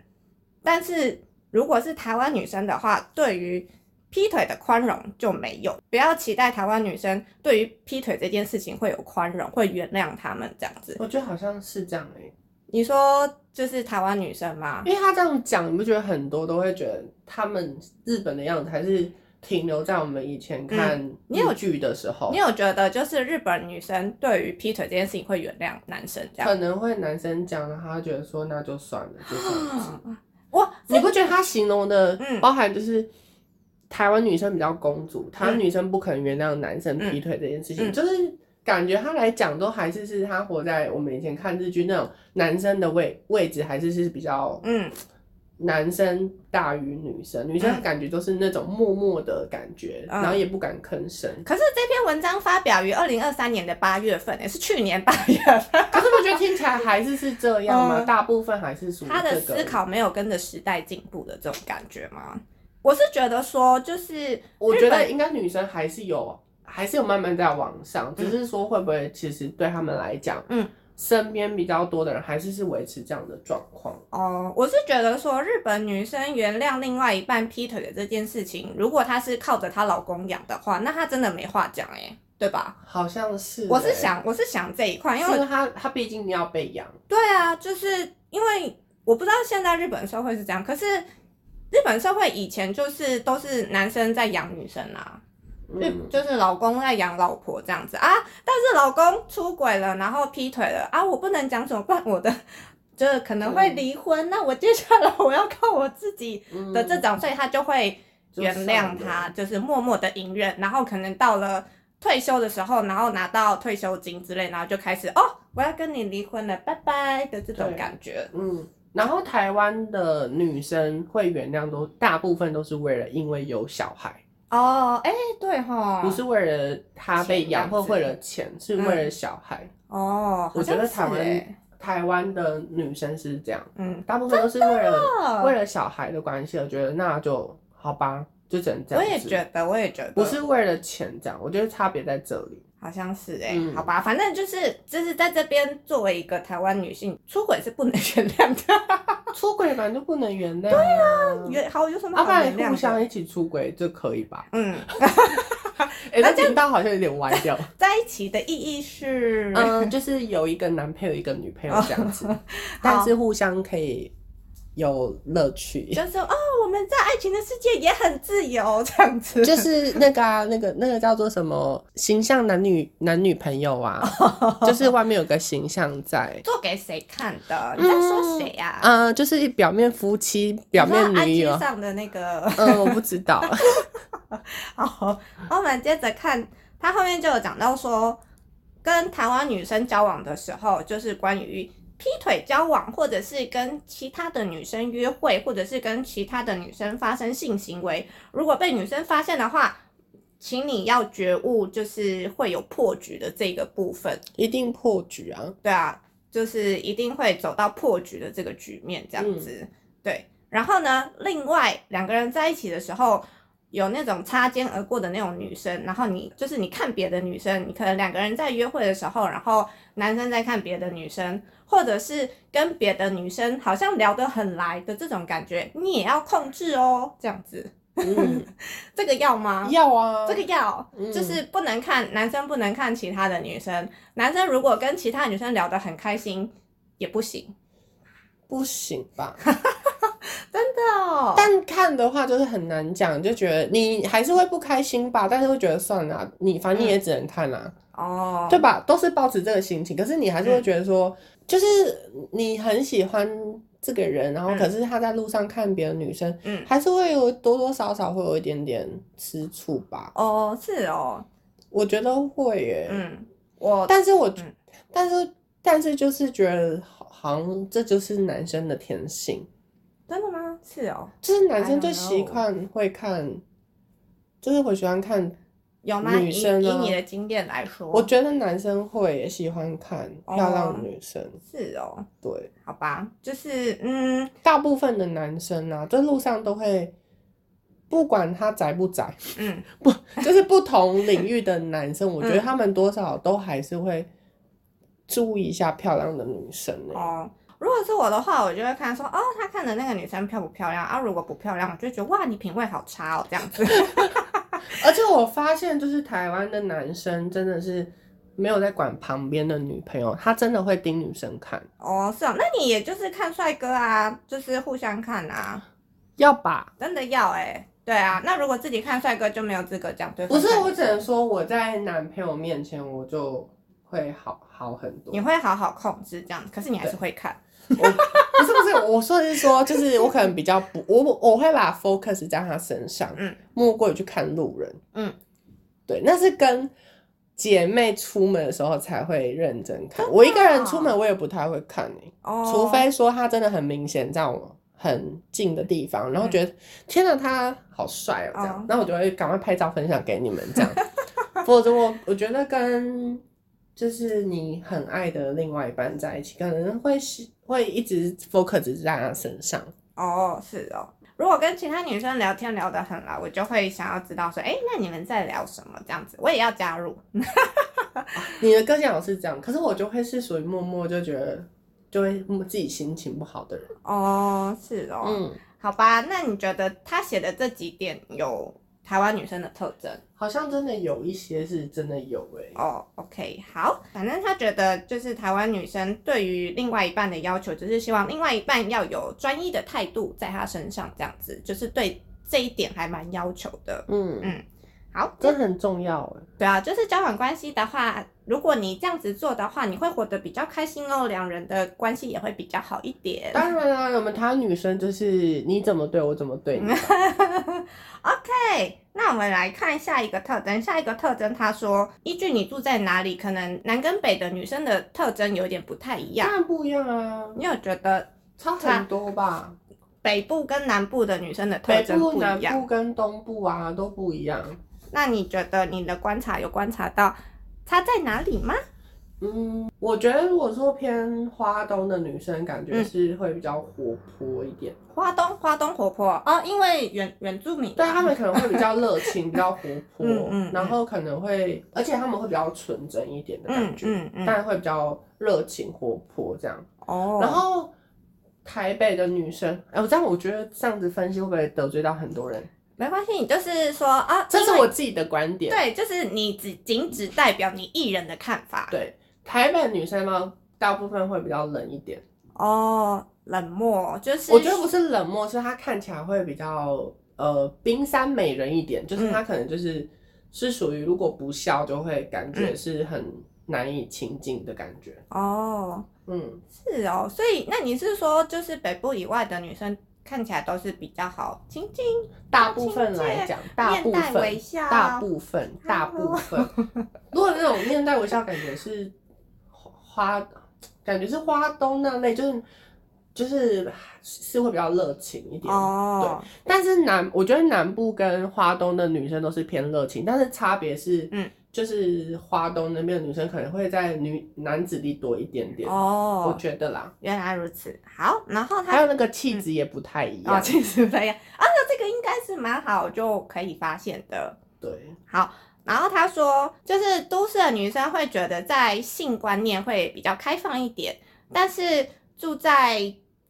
[SPEAKER 1] 但是如果是台湾女生的话，对于劈腿的宽容就没有，不要期待台湾女生对于劈腿这件事情会有宽容，会原谅他们这样子。
[SPEAKER 2] 我觉得好像是这样哎、
[SPEAKER 1] 你说就是台湾女生吗？
[SPEAKER 2] 因为他这样讲，你不觉得很多都会觉得他们日本的样子还是停留在我们以前看
[SPEAKER 1] 嗯你有
[SPEAKER 2] 日剧的时候，
[SPEAKER 1] 你有觉得就是日本女生对于劈腿这件事情会原谅男生这
[SPEAKER 2] 可
[SPEAKER 1] 样？
[SPEAKER 2] 能会男生讲，然后他觉得说那就算了，就这样子。
[SPEAKER 1] 哇，
[SPEAKER 2] *gasps* 嗯你不觉得他形容的
[SPEAKER 1] 嗯
[SPEAKER 2] 包含就是台湾女生比较公主，台湾女生不肯原谅男生劈腿这件事情，
[SPEAKER 1] 嗯
[SPEAKER 2] 就是感觉他来讲都还是是他活在我们以前看日剧那种男生的位位置，还是是比较
[SPEAKER 1] 嗯，
[SPEAKER 2] 男生大于女生，女生感觉都是那种默默的感觉，
[SPEAKER 1] 嗯
[SPEAKER 2] 然后也不敢吭声。
[SPEAKER 1] 可是这篇文章发表于二零二三年的八月份，也是去年八月
[SPEAKER 2] *laughs*
[SPEAKER 1] 份，
[SPEAKER 2] 可是我觉得听起来还是是这样嘛，
[SPEAKER 1] 嗯
[SPEAKER 2] 大部分还是属于
[SPEAKER 1] 他的
[SPEAKER 2] 这个
[SPEAKER 1] 思。考没有跟着时代进步的这种感觉吗？我是觉得说，就是
[SPEAKER 2] 我
[SPEAKER 1] 日
[SPEAKER 2] 觉得
[SPEAKER 1] 本
[SPEAKER 2] 应该女生还是有，还是有慢慢在往上，只是说会不会其实对他们来讲，
[SPEAKER 1] 嗯，
[SPEAKER 2] 身边比较多的人还是是维持这样的状况。
[SPEAKER 1] 哦，我是觉得说，日本女生原谅另外一半劈腿的这件事情，如果她是靠着她老公养的话，那她真的没话讲哎、对吧？
[SPEAKER 2] 好像是欸、
[SPEAKER 1] 我是想，我是想这一块，因
[SPEAKER 2] 是因
[SPEAKER 1] 为
[SPEAKER 2] 为他他毕竟要被养，
[SPEAKER 1] 对啊，就是因为我不知道现在日本社会是这样，可是日本社会以前就是都是男生在养女生啊，就、
[SPEAKER 2] 嗯，
[SPEAKER 1] 就是老公在养老婆这样子啊。但是老公出轨了，然后劈腿了啊，我不能讲怎么办？我的就是可能会离婚，那我接下来我要靠我自己的这种，所以他就会
[SPEAKER 2] 嗯就
[SPEAKER 1] 原谅
[SPEAKER 2] 算了
[SPEAKER 1] 他，就是默默的隐忍，然后可能到了退休的时候，然后拿到退休金之类，然后就开始哦，我要跟你离婚了，拜拜的这种
[SPEAKER 2] 对
[SPEAKER 1] 感觉。
[SPEAKER 2] 嗯。然后台湾的女生会原谅都大部分都是为了因为有小孩，
[SPEAKER 1] 哦，哎、对哈，
[SPEAKER 2] 不是为了他被
[SPEAKER 1] 钱这样
[SPEAKER 2] 养或
[SPEAKER 1] 子嗯
[SPEAKER 2] 为了钱，是为了小孩。
[SPEAKER 1] 哦，好
[SPEAKER 2] 我觉
[SPEAKER 1] 像
[SPEAKER 2] 得
[SPEAKER 1] 是
[SPEAKER 2] 台
[SPEAKER 1] 哎、
[SPEAKER 2] 湾台湾的女生是这样，
[SPEAKER 1] 嗯，
[SPEAKER 2] 大部分都是为了
[SPEAKER 1] 哦
[SPEAKER 2] 为了小孩的关系，我觉得那就好吧，就只能这
[SPEAKER 1] 哦我
[SPEAKER 2] 样
[SPEAKER 1] 也
[SPEAKER 2] 子
[SPEAKER 1] 觉得，我也觉得
[SPEAKER 2] 不是为了钱这样，我觉得差别在这里。
[SPEAKER 1] 好像是哎、
[SPEAKER 2] 嗯
[SPEAKER 1] 好吧，反正就是就是在这边作为一个台湾女性，出轨是不能原谅 *laughs* 的，
[SPEAKER 2] 出轨本来就不能原谅、对啊，
[SPEAKER 1] 原好有什么
[SPEAKER 2] 阿
[SPEAKER 1] 好
[SPEAKER 2] 爸
[SPEAKER 1] 原谅
[SPEAKER 2] 互相
[SPEAKER 1] 的？
[SPEAKER 2] 一起出轨就可以吧？
[SPEAKER 1] 嗯，
[SPEAKER 2] 哎、那频道好像有点歪掉。
[SPEAKER 1] 在一起的意义是，
[SPEAKER 2] *laughs* 嗯，就是有一个男朋友，一个女朋友这样 *laughs* 子，但是互相可以有乐趣。
[SPEAKER 1] 就是哦，我们在爱情的世界也很自由 *laughs* 这样子，
[SPEAKER 2] *laughs* 就是那个啊，那个那个叫做什么形象男女男女朋友啊， *laughs* 就是外面有个形象在，
[SPEAKER 1] 做给谁看的？你在说谁呀、啊？
[SPEAKER 2] 嗯、就是表面夫妻，表面哦女
[SPEAKER 1] 你说
[SPEAKER 2] 友
[SPEAKER 1] 安居，上的那个， *laughs*
[SPEAKER 2] 嗯，我不知道， *laughs*
[SPEAKER 1] 好，我们接着看，他后面就有讲到说，跟台湾女生交往的时候，就是关于劈腿交往，或者是跟其他的女生约会，或者是跟其他的女生发生性行为，如果被女生发现的话，请你要觉悟，就是会有破局的这个部分。
[SPEAKER 2] 一定破局啊，
[SPEAKER 1] 对啊，就是一定会走到破局的这个局面这样子。对，然后呢，另外两个人在一起的时候。有那种擦肩而过的那种女生，然后你就是你看别的女生，你可能两个人在约会的时候，然后男生在看别的女生，或者是跟别的女生好像聊得很来的这种感觉，你也要控制哦，这样子，
[SPEAKER 2] 嗯，
[SPEAKER 1] 这个要吗？
[SPEAKER 2] 要啊，
[SPEAKER 1] 这个要，
[SPEAKER 2] 嗯
[SPEAKER 1] 就是不能看男生，不能看其他的女生。男生如果跟其他女生聊得很开心，也不行。
[SPEAKER 2] 不行吧？
[SPEAKER 1] 真的哦但
[SPEAKER 2] 但看的话就是很难讲，就觉得你还是会不开心吧，但是会觉得算了啊、你反
[SPEAKER 1] 嗯
[SPEAKER 2] 正你也只能看啦、啊
[SPEAKER 1] 哦，
[SPEAKER 2] 对吧？都是抱持这个心情，可是你还是
[SPEAKER 1] 嗯
[SPEAKER 2] 会觉得说，就是你很喜欢这个人，然后
[SPEAKER 1] 嗯
[SPEAKER 2] 可是他在路上看别的女生，
[SPEAKER 1] 嗯，
[SPEAKER 2] 还是会有多多少少会有一点点吃醋吧。
[SPEAKER 1] 哦，是哦，
[SPEAKER 2] 我觉得会耶，
[SPEAKER 1] 嗯，我
[SPEAKER 2] 但是我，
[SPEAKER 1] 嗯
[SPEAKER 2] 但是但是就是觉得好好像这就是男生的天性，
[SPEAKER 1] 真的吗？是哦，
[SPEAKER 2] 就是男生
[SPEAKER 1] I don't
[SPEAKER 2] 就
[SPEAKER 1] know
[SPEAKER 2] 习惯会看，就是会喜欢看。
[SPEAKER 1] 有吗？
[SPEAKER 2] 女
[SPEAKER 1] 以
[SPEAKER 2] 生
[SPEAKER 1] 以
[SPEAKER 2] 啊
[SPEAKER 1] 你的经验来说，
[SPEAKER 2] 我觉得男生会也喜欢看
[SPEAKER 1] 哦
[SPEAKER 2] 漂亮女生，
[SPEAKER 1] 是哦，
[SPEAKER 2] 对，
[SPEAKER 1] 好吧，就是嗯，
[SPEAKER 2] 大部分的男生啊，在路上都会，不管他宅不宅，
[SPEAKER 1] 嗯，
[SPEAKER 2] 不 *laughs* 就是不同领域的男生，我觉得他们多少都还是会注意一下漂亮的女生、欸。
[SPEAKER 1] 哦，如果是我的话，我就会看说，哦，他看的那个女生漂不漂亮啊？如果不漂亮，我就觉得哇，你品味好差哦，这样子。 *laughs*
[SPEAKER 2] 而且我发现，就是台湾的男生真的是没有在管旁边的女朋友，他真的会盯女生看，
[SPEAKER 1] 哦，是哦，那你也就是看帅哥啊，就是互相看啊，
[SPEAKER 2] 要吧？
[SPEAKER 1] 真的要哎、对啊，那如果自己看帅哥就没有资格讲对方
[SPEAKER 2] 不是
[SPEAKER 1] 看，
[SPEAKER 2] 我只
[SPEAKER 1] 你
[SPEAKER 2] 能说我在男朋友面前我就会好好很多。
[SPEAKER 1] 你会好好控制这样，可是你还是会看。
[SPEAKER 2] 不是不是，我说的是说，就是我可能比较不，我我会把 focus 在他身上，
[SPEAKER 1] 嗯，
[SPEAKER 2] 莫过于去看路人，
[SPEAKER 1] 嗯，
[SPEAKER 2] 对，那是跟姐妹出门的时候才会认真看。我一个人出门，我也不太会看欸诶、
[SPEAKER 1] 哦，
[SPEAKER 2] 除非说他真的很明显在我很近的地方，然后觉得、天哪，他好帅哦，这样
[SPEAKER 1] 嗯哦，
[SPEAKER 2] 那、我就会赶快拍照分享给你们
[SPEAKER 1] *laughs*
[SPEAKER 2] 这样。否则我我觉得跟就是你很爱的另外一半在一起，可能会是会一直 focus 在他身上。
[SPEAKER 1] 哦，是哦。如果跟其他女生聊天聊得很来，我就会想要知道说，哎、那你们在聊什么？这样子，我也要加入。
[SPEAKER 2] 你的个性好像是这样，可是我就会是属于默默就觉得就会自己心情不好的人。
[SPEAKER 1] 哦，是哦，
[SPEAKER 2] 嗯，
[SPEAKER 1] 好吧。那你觉得他写的这几点有台湾女生的特征？
[SPEAKER 2] 好像真的有一些是真的有欸诶、
[SPEAKER 1] 哦、o k 好，反正他觉得就是台湾女生对于另外一半的要求，就是希望另外一半要有专一的态度在他身上，这样子，就是对这一点还蛮要求的。
[SPEAKER 2] 嗯
[SPEAKER 1] 嗯好，
[SPEAKER 2] 这很重要欸诶、
[SPEAKER 1] 对啊，就是交往关系的话，如果你这样子做的话，你会活得比较开心哦，两人的关系也会比较好一 *laughs* 点。
[SPEAKER 2] 当然啦，我们台湾女生就是你怎么对我怎么对
[SPEAKER 1] *laughs*
[SPEAKER 2] 你吧。
[SPEAKER 1] OK，那我们来看下一个特征。下一个特征，他说依据你住在哪里，可能南跟北的女生的特征有点不太一
[SPEAKER 2] 当
[SPEAKER 1] 样。
[SPEAKER 2] 然不一样啊，
[SPEAKER 1] 你有觉得
[SPEAKER 2] 差很
[SPEAKER 1] *laughs*
[SPEAKER 2] 多吧。
[SPEAKER 1] 北部跟南部的女生的特
[SPEAKER 2] 北
[SPEAKER 1] 征
[SPEAKER 2] 部、
[SPEAKER 1] 不
[SPEAKER 2] 南
[SPEAKER 1] 一样？
[SPEAKER 2] 部跟东部啊都不一样。
[SPEAKER 1] 那你觉得你的观察有观察到差在哪里吗？
[SPEAKER 2] 嗯，我觉得如果说偏花东的女生，感觉
[SPEAKER 1] 嗯
[SPEAKER 2] 是会比较活泼一
[SPEAKER 1] *laughs*
[SPEAKER 2] 点。
[SPEAKER 1] 花东，花东活泼哦，因为原原住民，
[SPEAKER 2] 对，他们可能会比较热情，比较活
[SPEAKER 1] *laughs*
[SPEAKER 2] 泼，
[SPEAKER 1] 嗯嗯
[SPEAKER 2] 然后可能会，而且他们会比较纯真一点的
[SPEAKER 1] 嗯
[SPEAKER 2] 感觉，
[SPEAKER 1] 嗯嗯，
[SPEAKER 2] 但会比较热情活泼这样。
[SPEAKER 1] 哦，
[SPEAKER 2] 然后台北的女生，哎、我这样我觉得这样子分析会不会得罪到很多人？
[SPEAKER 1] 没关系，你就是说啊，
[SPEAKER 2] 这是
[SPEAKER 1] 因为
[SPEAKER 2] 我自己的观点。
[SPEAKER 1] 对，就是你只仅只代表你一人的看法，
[SPEAKER 2] 对，台北女生嘛，大部分会比较冷一点。
[SPEAKER 1] 哦，冷漠就是
[SPEAKER 2] 我觉得不是冷漠，是她看起来会比较呃冰山美人一点，
[SPEAKER 1] 嗯
[SPEAKER 2] 就是她可能就是、是属于如果不笑就会感
[SPEAKER 1] 嗯
[SPEAKER 2] 觉是很难以亲近的感觉。
[SPEAKER 1] 哦，
[SPEAKER 2] 嗯，
[SPEAKER 1] 是哦，所以那你是说就是北部以外的女生看起来都是比较好亲近，
[SPEAKER 2] 大部分来讲，大
[SPEAKER 1] 面
[SPEAKER 2] 部
[SPEAKER 1] 带微
[SPEAKER 2] 分，
[SPEAKER 1] 笑，
[SPEAKER 2] 大部分，大部分。 *laughs* 如果那种面带微笑，感觉是花，感觉是花东那类，就是就是是会比较热情一点。
[SPEAKER 1] 哦，
[SPEAKER 2] 但是南，我觉得南部跟花东的女生都是偏热情，但是差别是，
[SPEAKER 1] 嗯，
[SPEAKER 2] 就是花东那边的女生可能会在女男子力多一点点，我
[SPEAKER 1] 哦，
[SPEAKER 2] 觉得啦。
[SPEAKER 1] 原来如此。好，然后
[SPEAKER 2] 还
[SPEAKER 1] 他
[SPEAKER 2] 有那个气质也不太一样，
[SPEAKER 1] 哦，其实这样 *laughs* 啊，那这个应该是蛮好就可以发现的。
[SPEAKER 2] 对，
[SPEAKER 1] 好，然后他说，就是都市的女生会觉得在性观念会比较开放一点，但是住在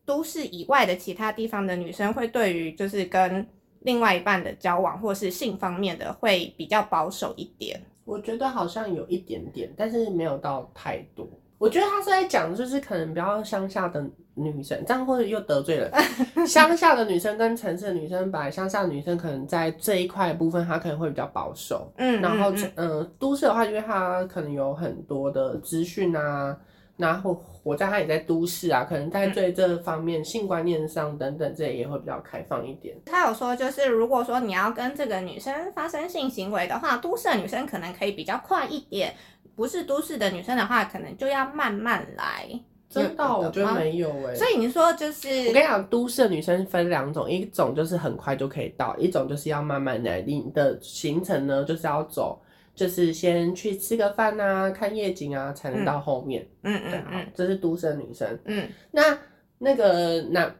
[SPEAKER 1] 都市以外的其他地方的女生会对于就是跟另外一半的交往或是性方面的会比较保守一点。
[SPEAKER 2] 我觉得好像有一点点，但是没有到太多。我觉得他是在讲，就是可能比较乡下的女生，这样会又得罪
[SPEAKER 1] *laughs*
[SPEAKER 2] 了乡下的女生跟城市的女生。本来乡下的女生可能在这一块部分，她可能会比较保守，
[SPEAKER 1] 嗯，
[SPEAKER 2] 然后
[SPEAKER 1] 嗯嗯
[SPEAKER 2] 嗯、呃都市的话，因为它可能有很多的资讯啊，然后活在它也在都市啊，可能
[SPEAKER 1] 嗯
[SPEAKER 2] 在对这方面、性观念上等等，这也会比较开放一点。
[SPEAKER 1] 他有说，就是如果说你要跟这个女生发生性行为的话，都市的女生可能可以比较快一点，不是都市的女生的话，可能就要慢慢来。
[SPEAKER 2] 真的哦，我觉得没有哎、
[SPEAKER 1] 啊所以你说就是，
[SPEAKER 2] 我跟你讲，都市的女生分两种，一种就是很快就可以到，一种就是要慢慢来。你的行程呢，就是要走，就是先去吃个饭啊，看夜景啊，才能到后面。
[SPEAKER 1] 嗯
[SPEAKER 2] 对
[SPEAKER 1] 嗯
[SPEAKER 2] 好
[SPEAKER 1] 嗯
[SPEAKER 2] 这是都市的女生。
[SPEAKER 1] 嗯，
[SPEAKER 2] 那那个男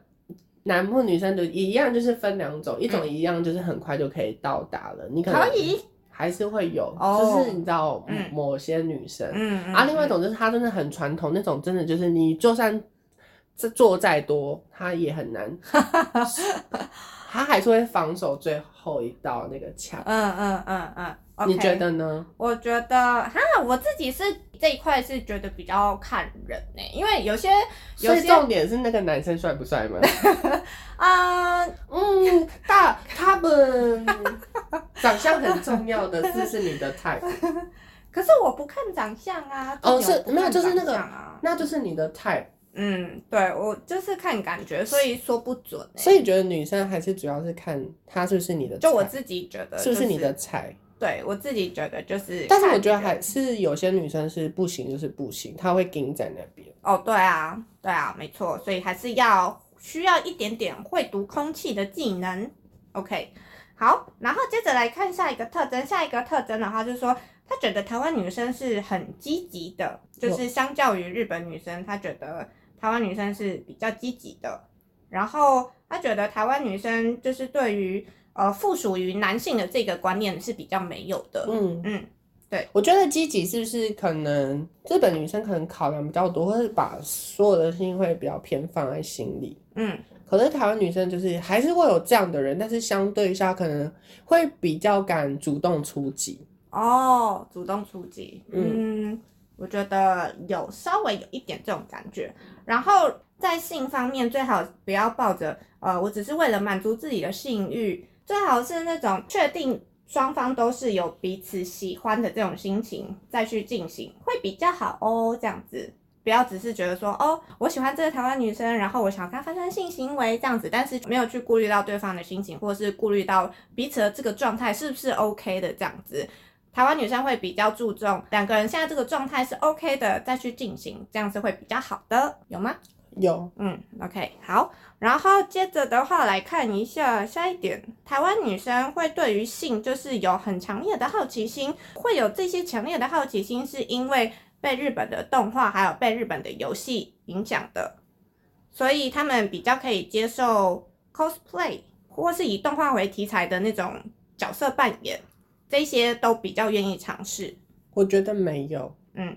[SPEAKER 2] 男部女生就一样，就是分两种，一种一样就是很快就可以到达了，你可能
[SPEAKER 1] 嗯可以，
[SPEAKER 2] 还是会有，
[SPEAKER 1] 哦
[SPEAKER 2] 就是你知道某
[SPEAKER 1] 嗯
[SPEAKER 2] 某些女生，
[SPEAKER 1] 嗯
[SPEAKER 2] 啊，另外一种就是她真的很传统那种，真的就是你就算这做再多，他也很 *laughs* 难，他还是会防守最后一道那个墙。
[SPEAKER 1] 嗯嗯嗯嗯，OK。
[SPEAKER 2] 你觉？得呢？
[SPEAKER 1] 我觉得哈，我自己是这一块是觉得比较看人呢、因为有些有
[SPEAKER 2] 所以
[SPEAKER 1] 些
[SPEAKER 2] 重点是那个男生帅不帅吗？ *laughs*
[SPEAKER 1] 啊、
[SPEAKER 2] 嗯，大他 *laughs* 们长相很重要的，这是你的 *laughs* type，
[SPEAKER 1] 可是我不看长相啊。这
[SPEAKER 2] 哦
[SPEAKER 1] 点
[SPEAKER 2] 是
[SPEAKER 1] 我不
[SPEAKER 2] 没有
[SPEAKER 1] 看
[SPEAKER 2] 就是那
[SPEAKER 1] 长
[SPEAKER 2] 个
[SPEAKER 1] 相啊。
[SPEAKER 2] 那就是你的 type。
[SPEAKER 1] 嗯，对我就是看感觉，所以说不准、欸。
[SPEAKER 2] 所以觉得女生还是主要是看她是不是你的菜，
[SPEAKER 1] 就我自己觉得、就是
[SPEAKER 2] 不是你的？菜。
[SPEAKER 1] 对我自己觉得就是看人，
[SPEAKER 2] 但是我觉得还是有些女生是不行，就是不行，她会盯在那边。
[SPEAKER 1] 哦，对啊，对啊，没错，所以还是要需要一点点会读空气的技能。OK，好，然后接着来看下一个特征，下一个特征的话就是说，他觉得台湾女生是很积极的，就是相较于日本女生，他觉得台湾女生是比较积极的。然后他觉得台湾女生就是对于呃附属于男性的这个观念是比较没有的。
[SPEAKER 2] 嗯
[SPEAKER 1] 嗯，
[SPEAKER 2] 我觉得积极是不是可能日本女生可能考量比较多，或是把所有的事情会比较偏放在心里。
[SPEAKER 1] 嗯
[SPEAKER 2] 可是台湾女生就是还是会有这样的人，但是相对下可能会比较敢主动出击。
[SPEAKER 1] 哦，主动出击，嗯，我觉得有稍微有一点这种感觉。然后在性方面，最好不要抱着呃，我只是为了满足自己的性欲，最好是那种确定双方都是有彼此喜欢的这种心情再去进行，会比较好哦。这样子，不要只是觉得说哦，我喜欢这个台湾女生，然后我想要跟她发生性行为这样子，但是没有去顾虑到对方的心情，或是顾虑到彼此的这个状态是不是 OK 的这样子。台湾女生会比较注重两个人现在这个状态是 OK 的，再去进行，这样是会比较好的，有吗？
[SPEAKER 2] 有，
[SPEAKER 1] 嗯，OK，好。然后接着的话来看一下下一点，台湾女生会对于性就是有很强烈的好奇心，会有这些强烈的好奇心，是因为被日本的动画还有被日本的游戏影响的，所以他们比较可以接受 cosplay 或是以动画为题材的那种角色扮演，这些都比较愿意尝试。
[SPEAKER 2] 我觉得没有。
[SPEAKER 1] 嗯，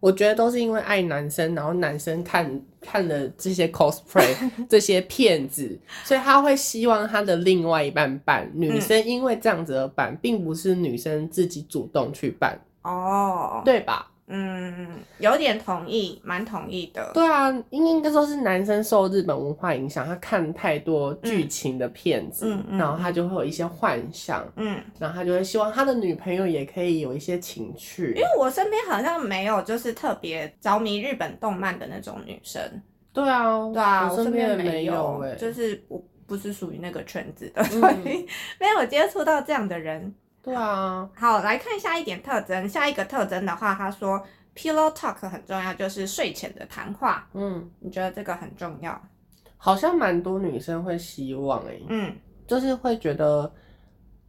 [SPEAKER 2] 我觉得都是因为爱男生，然后男生看看了这些 cosplay
[SPEAKER 1] *laughs*
[SPEAKER 2] 这些骗子，所以他会希望他的另外一半办。
[SPEAKER 1] 嗯
[SPEAKER 2] 女生因为这样子而办，并不是女生自己主动去办，
[SPEAKER 1] 哦，
[SPEAKER 2] 对吧？
[SPEAKER 1] 嗯，有点同意，蛮同意的。
[SPEAKER 2] 对啊，应应该说是男生受日本文化影响，他看太多剧情的骗子，
[SPEAKER 1] 嗯嗯
[SPEAKER 2] 然后他就会有一些幻想，
[SPEAKER 1] 嗯。
[SPEAKER 2] 然后他就会希望他的女朋友也可以有一些情趣
[SPEAKER 1] 因。为我身边好像没有就是特别着迷日本动漫的那种女生，
[SPEAKER 2] 对啊，
[SPEAKER 1] 对啊，
[SPEAKER 2] 我
[SPEAKER 1] 我
[SPEAKER 2] 身边
[SPEAKER 1] 边
[SPEAKER 2] 没
[SPEAKER 1] 有，
[SPEAKER 2] 哎、
[SPEAKER 1] 就是我不是属于那个圈子的，
[SPEAKER 2] 嗯
[SPEAKER 1] 所以没有接触到这样的人。
[SPEAKER 2] 对啊，
[SPEAKER 1] 好，来看下一点特征，下一个特征的话，他说 pillow talk 很重要，就是睡前的谈话，
[SPEAKER 2] 嗯。
[SPEAKER 1] 你觉得这个很重要？
[SPEAKER 2] 好像蛮多女生会希望哎、
[SPEAKER 1] 嗯
[SPEAKER 2] 就是会觉得，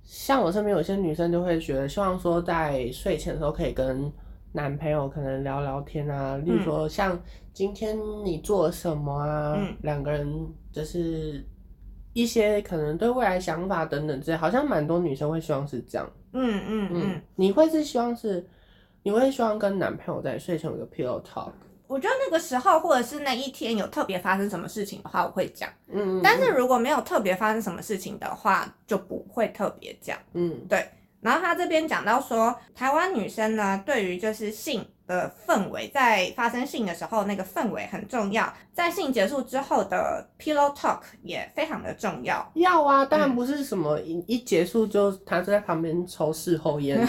[SPEAKER 2] 像我身边有些女生就会觉得，希望说在睡前的时候可以跟男朋友可能聊聊天啊，
[SPEAKER 1] 嗯
[SPEAKER 2] 例如说像今天你做了什么啊
[SPEAKER 1] 嗯，
[SPEAKER 2] 两、个人就是一些可能对未来想法等等之类，好像蛮多女生会希望是这样。
[SPEAKER 1] 嗯嗯
[SPEAKER 2] 嗯，
[SPEAKER 1] 嗯，
[SPEAKER 2] 你会是希望是，你会希望跟男朋友在睡前有个 pillow talk。
[SPEAKER 1] 我觉得那个时候或者是那一天有特别发生什么事情的话，我会讲；
[SPEAKER 2] 嗯，
[SPEAKER 1] 但是如果没有特别发生什么事情的话，就不会特别讲。
[SPEAKER 2] 嗯
[SPEAKER 1] 然后他这边讲到说，台湾女生呢，对于就是性的氛围，在发生性的时候，那个氛围很重要，在性结束之后的 pillow talk 也非常的重要。
[SPEAKER 2] 要啊，当
[SPEAKER 1] 嗯
[SPEAKER 2] 然不是什么一、一结束就他就在旁边抽事后烟，
[SPEAKER 1] *laughs*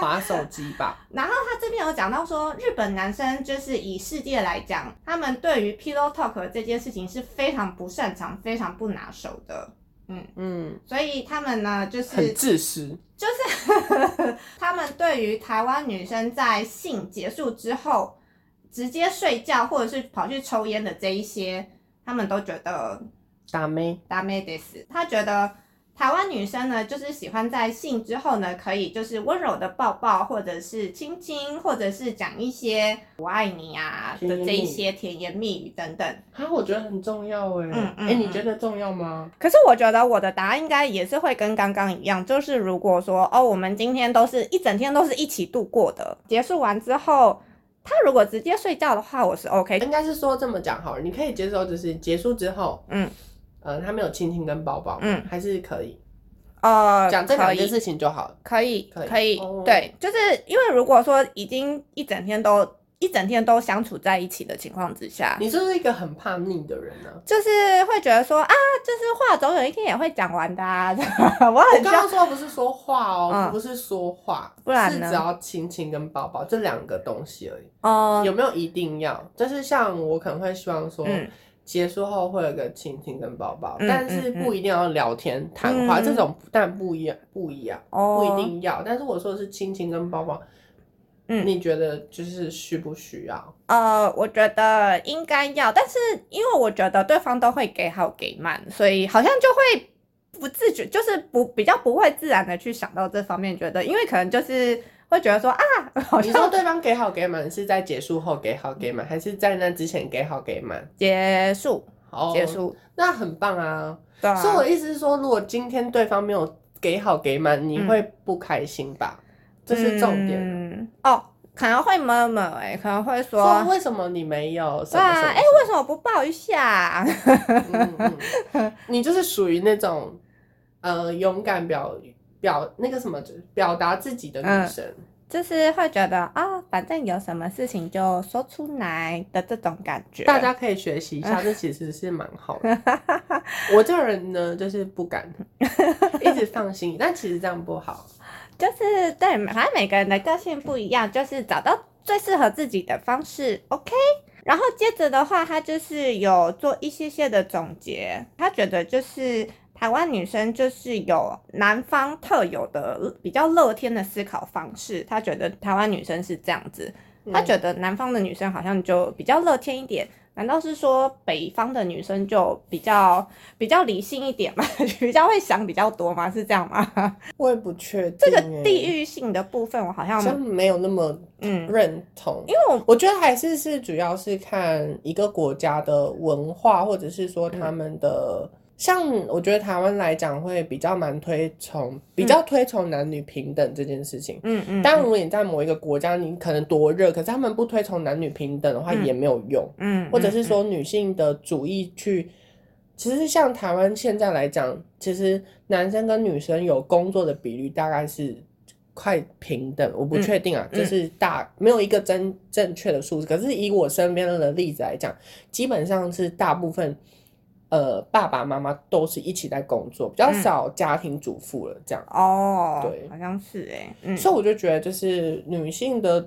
[SPEAKER 2] 划手机吧。
[SPEAKER 1] 然后他这边有讲到说，日本男生就是以世界来讲，他们对于 pillow talk 这件事情是非常不擅长、非常不拿手的，
[SPEAKER 2] 嗯，
[SPEAKER 1] 所以他们呢就
[SPEAKER 2] 很
[SPEAKER 1] 是
[SPEAKER 2] 自私。
[SPEAKER 1] 就是 *laughs* 他们对于台湾女生在性结束之后直接睡觉或者是跑去抽烟的这一些，他们都觉得
[SPEAKER 2] 打妹，
[SPEAKER 1] ダメです。他觉得台湾女生呢，就是喜欢在性之后呢，可以就是温柔的抱抱，或者是亲亲，或者是讲一些“我爱你啊”的
[SPEAKER 2] 甜言蜜语
[SPEAKER 1] 这一些甜言蜜语等等。
[SPEAKER 2] 啊，我觉得很重要哎、欸。
[SPEAKER 1] 嗯嗯
[SPEAKER 2] 欸你
[SPEAKER 1] 嗯
[SPEAKER 2] 觉得重要吗？
[SPEAKER 1] 可是我觉得我的答案应该也是会跟刚刚一样，就是如果说哦，我们今天都是一整天都是一起度过的，结束完之后，他如果直接睡觉的话，我是
[SPEAKER 2] *laughs*
[SPEAKER 1] OK。
[SPEAKER 2] 应该是说这么讲好了，你可以接受，就是结束之后，
[SPEAKER 1] 嗯，
[SPEAKER 2] 呃，他没有亲亲跟抱抱，
[SPEAKER 1] 嗯
[SPEAKER 2] 还是可以
[SPEAKER 1] 呃，
[SPEAKER 2] 讲这
[SPEAKER 1] 可
[SPEAKER 2] 两
[SPEAKER 1] 以
[SPEAKER 2] 件事情就好了。
[SPEAKER 1] 可以，
[SPEAKER 2] 可以
[SPEAKER 1] 可以，
[SPEAKER 2] 哦
[SPEAKER 1] 对，就是因为如果说已经一整天都一整天都相处在一起的情况之下，
[SPEAKER 2] 你是不是一个很叛逆的人啊
[SPEAKER 1] 啊
[SPEAKER 2] 呢、
[SPEAKER 1] 就是会觉得说啊，就是话总有一天也会讲完的、啊， *laughs* 我
[SPEAKER 2] 我
[SPEAKER 1] 很
[SPEAKER 2] 刚
[SPEAKER 1] 像
[SPEAKER 2] 刚说的不是说话哦，
[SPEAKER 1] 嗯
[SPEAKER 2] 不是说话，
[SPEAKER 1] 不然
[SPEAKER 2] 是
[SPEAKER 1] 呢
[SPEAKER 2] 只要亲亲跟抱抱这两个东西而已，
[SPEAKER 1] 哦，
[SPEAKER 2] 有没有一定要？就是像我可能会希望说。
[SPEAKER 1] 嗯
[SPEAKER 2] 结束后会有个亲亲跟抱抱，
[SPEAKER 1] 嗯
[SPEAKER 2] 但是不一定要聊天谈、话，
[SPEAKER 1] 嗯
[SPEAKER 2] 这种但不一样不一样，不一
[SPEAKER 1] 哦，
[SPEAKER 2] 定要。但是我说的是亲亲跟抱抱，
[SPEAKER 1] 嗯
[SPEAKER 2] 你觉得就是需不需要？
[SPEAKER 1] 呃，我觉得应该要，但是因为我觉得对方都会给好给慢，所以好像就会不自觉，就是不比较不会自然的去想到这方面，觉得因为可能就是会觉得说啊，好
[SPEAKER 2] 你
[SPEAKER 1] 像嗯
[SPEAKER 2] 说对方给好给满是在结束后给好给满，还是在那之前给好给满？
[SPEAKER 1] 结束
[SPEAKER 2] 哦
[SPEAKER 1] 结，束，
[SPEAKER 2] 那很棒啊！
[SPEAKER 1] 对啊，
[SPEAKER 2] 所以我的意思是说，如果今天对方没有给好给满，你
[SPEAKER 1] 嗯
[SPEAKER 2] 会不开心吧？这是重点。
[SPEAKER 1] 嗯、哦，可能会 murmur 哎、可能会说，
[SPEAKER 2] 说为什么你没有什
[SPEAKER 1] 对
[SPEAKER 2] 么什
[SPEAKER 1] 啊，
[SPEAKER 2] 么？
[SPEAKER 1] 哎、为什么不抱一下？ *laughs*
[SPEAKER 2] 嗯嗯，你就是属于那种，呃，勇敢表表那个什么表达自己的女生。
[SPEAKER 1] 嗯就是会觉得啊、反正有什么事情就说出来的这种感觉。
[SPEAKER 2] 大家可以学习一下，这其实是蛮好的。我这个人呢，就是不敢，一直放心，但其实这样不好。
[SPEAKER 1] 就是对，反正每个人的个性不一样，就是找到最适合自己的方式，OK。然后接着的话，他就是有做一些些的总结，他觉得就是台湾女生就是有南方特有的比较乐天的思考方式，他觉得台湾女生是这样子， *laughs*
[SPEAKER 2] 嗯
[SPEAKER 1] 他觉得南方的女生好像就比较乐天一点。难道是说北方的女生就比较比较理性一点吗？ *laughs* 比较会想比较多吗？是这样吗？
[SPEAKER 2] 嗯我也不确定
[SPEAKER 1] 这个地域性的部分，我好像
[SPEAKER 2] 真没有那么
[SPEAKER 1] 嗯，
[SPEAKER 2] 认同，
[SPEAKER 1] 因为我
[SPEAKER 2] 我觉得还是是主要是看一个国家的文化，或者是说
[SPEAKER 1] 嗯
[SPEAKER 2] 他们的，像我觉得台湾来讲会比较蛮推崇，比较推崇男女平等这件事情。
[SPEAKER 1] 嗯嗯，
[SPEAKER 2] 但如果你在某一个国家，你可能多热，可是他们不推崇男女平等的话，
[SPEAKER 1] 嗯
[SPEAKER 2] 也没有用。
[SPEAKER 1] 嗯，嗯
[SPEAKER 2] 或者是说女性的主义去，其实像台湾现在来讲，其实男生跟女生有工作的比率大概是快平等，我不确定啊，
[SPEAKER 1] 嗯
[SPEAKER 2] 就是大没有一个真正确的数字。可是以我身边的例子来讲，基本上是大部分。呃，爸爸妈妈都是一起在工作，比较
[SPEAKER 1] 嗯
[SPEAKER 2] 少家庭主妇了，这样。
[SPEAKER 1] 哦，
[SPEAKER 2] 对
[SPEAKER 1] 好像是哎，嗯，
[SPEAKER 2] 所以我就觉得，就是女性的，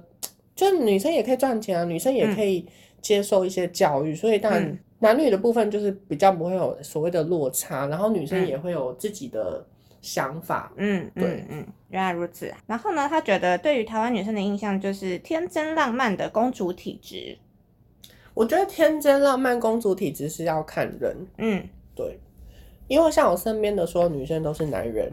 [SPEAKER 2] 就是女生也可以赚钱啊，女生也可以接受一些教育，所以当然
[SPEAKER 1] 嗯
[SPEAKER 2] 男女的部分就是比较不会有所谓的落差，然后女生
[SPEAKER 1] 嗯
[SPEAKER 2] 也会有自己的想法。
[SPEAKER 1] 嗯，
[SPEAKER 2] 对
[SPEAKER 1] 嗯嗯，原来如此。然后呢，他觉得对于台湾女生的印象就是天真浪漫的公主体质，
[SPEAKER 2] 我觉得天真浪漫公主体质是要看人，
[SPEAKER 1] 嗯，
[SPEAKER 2] 对，因为像我身边的所有女生都是男人，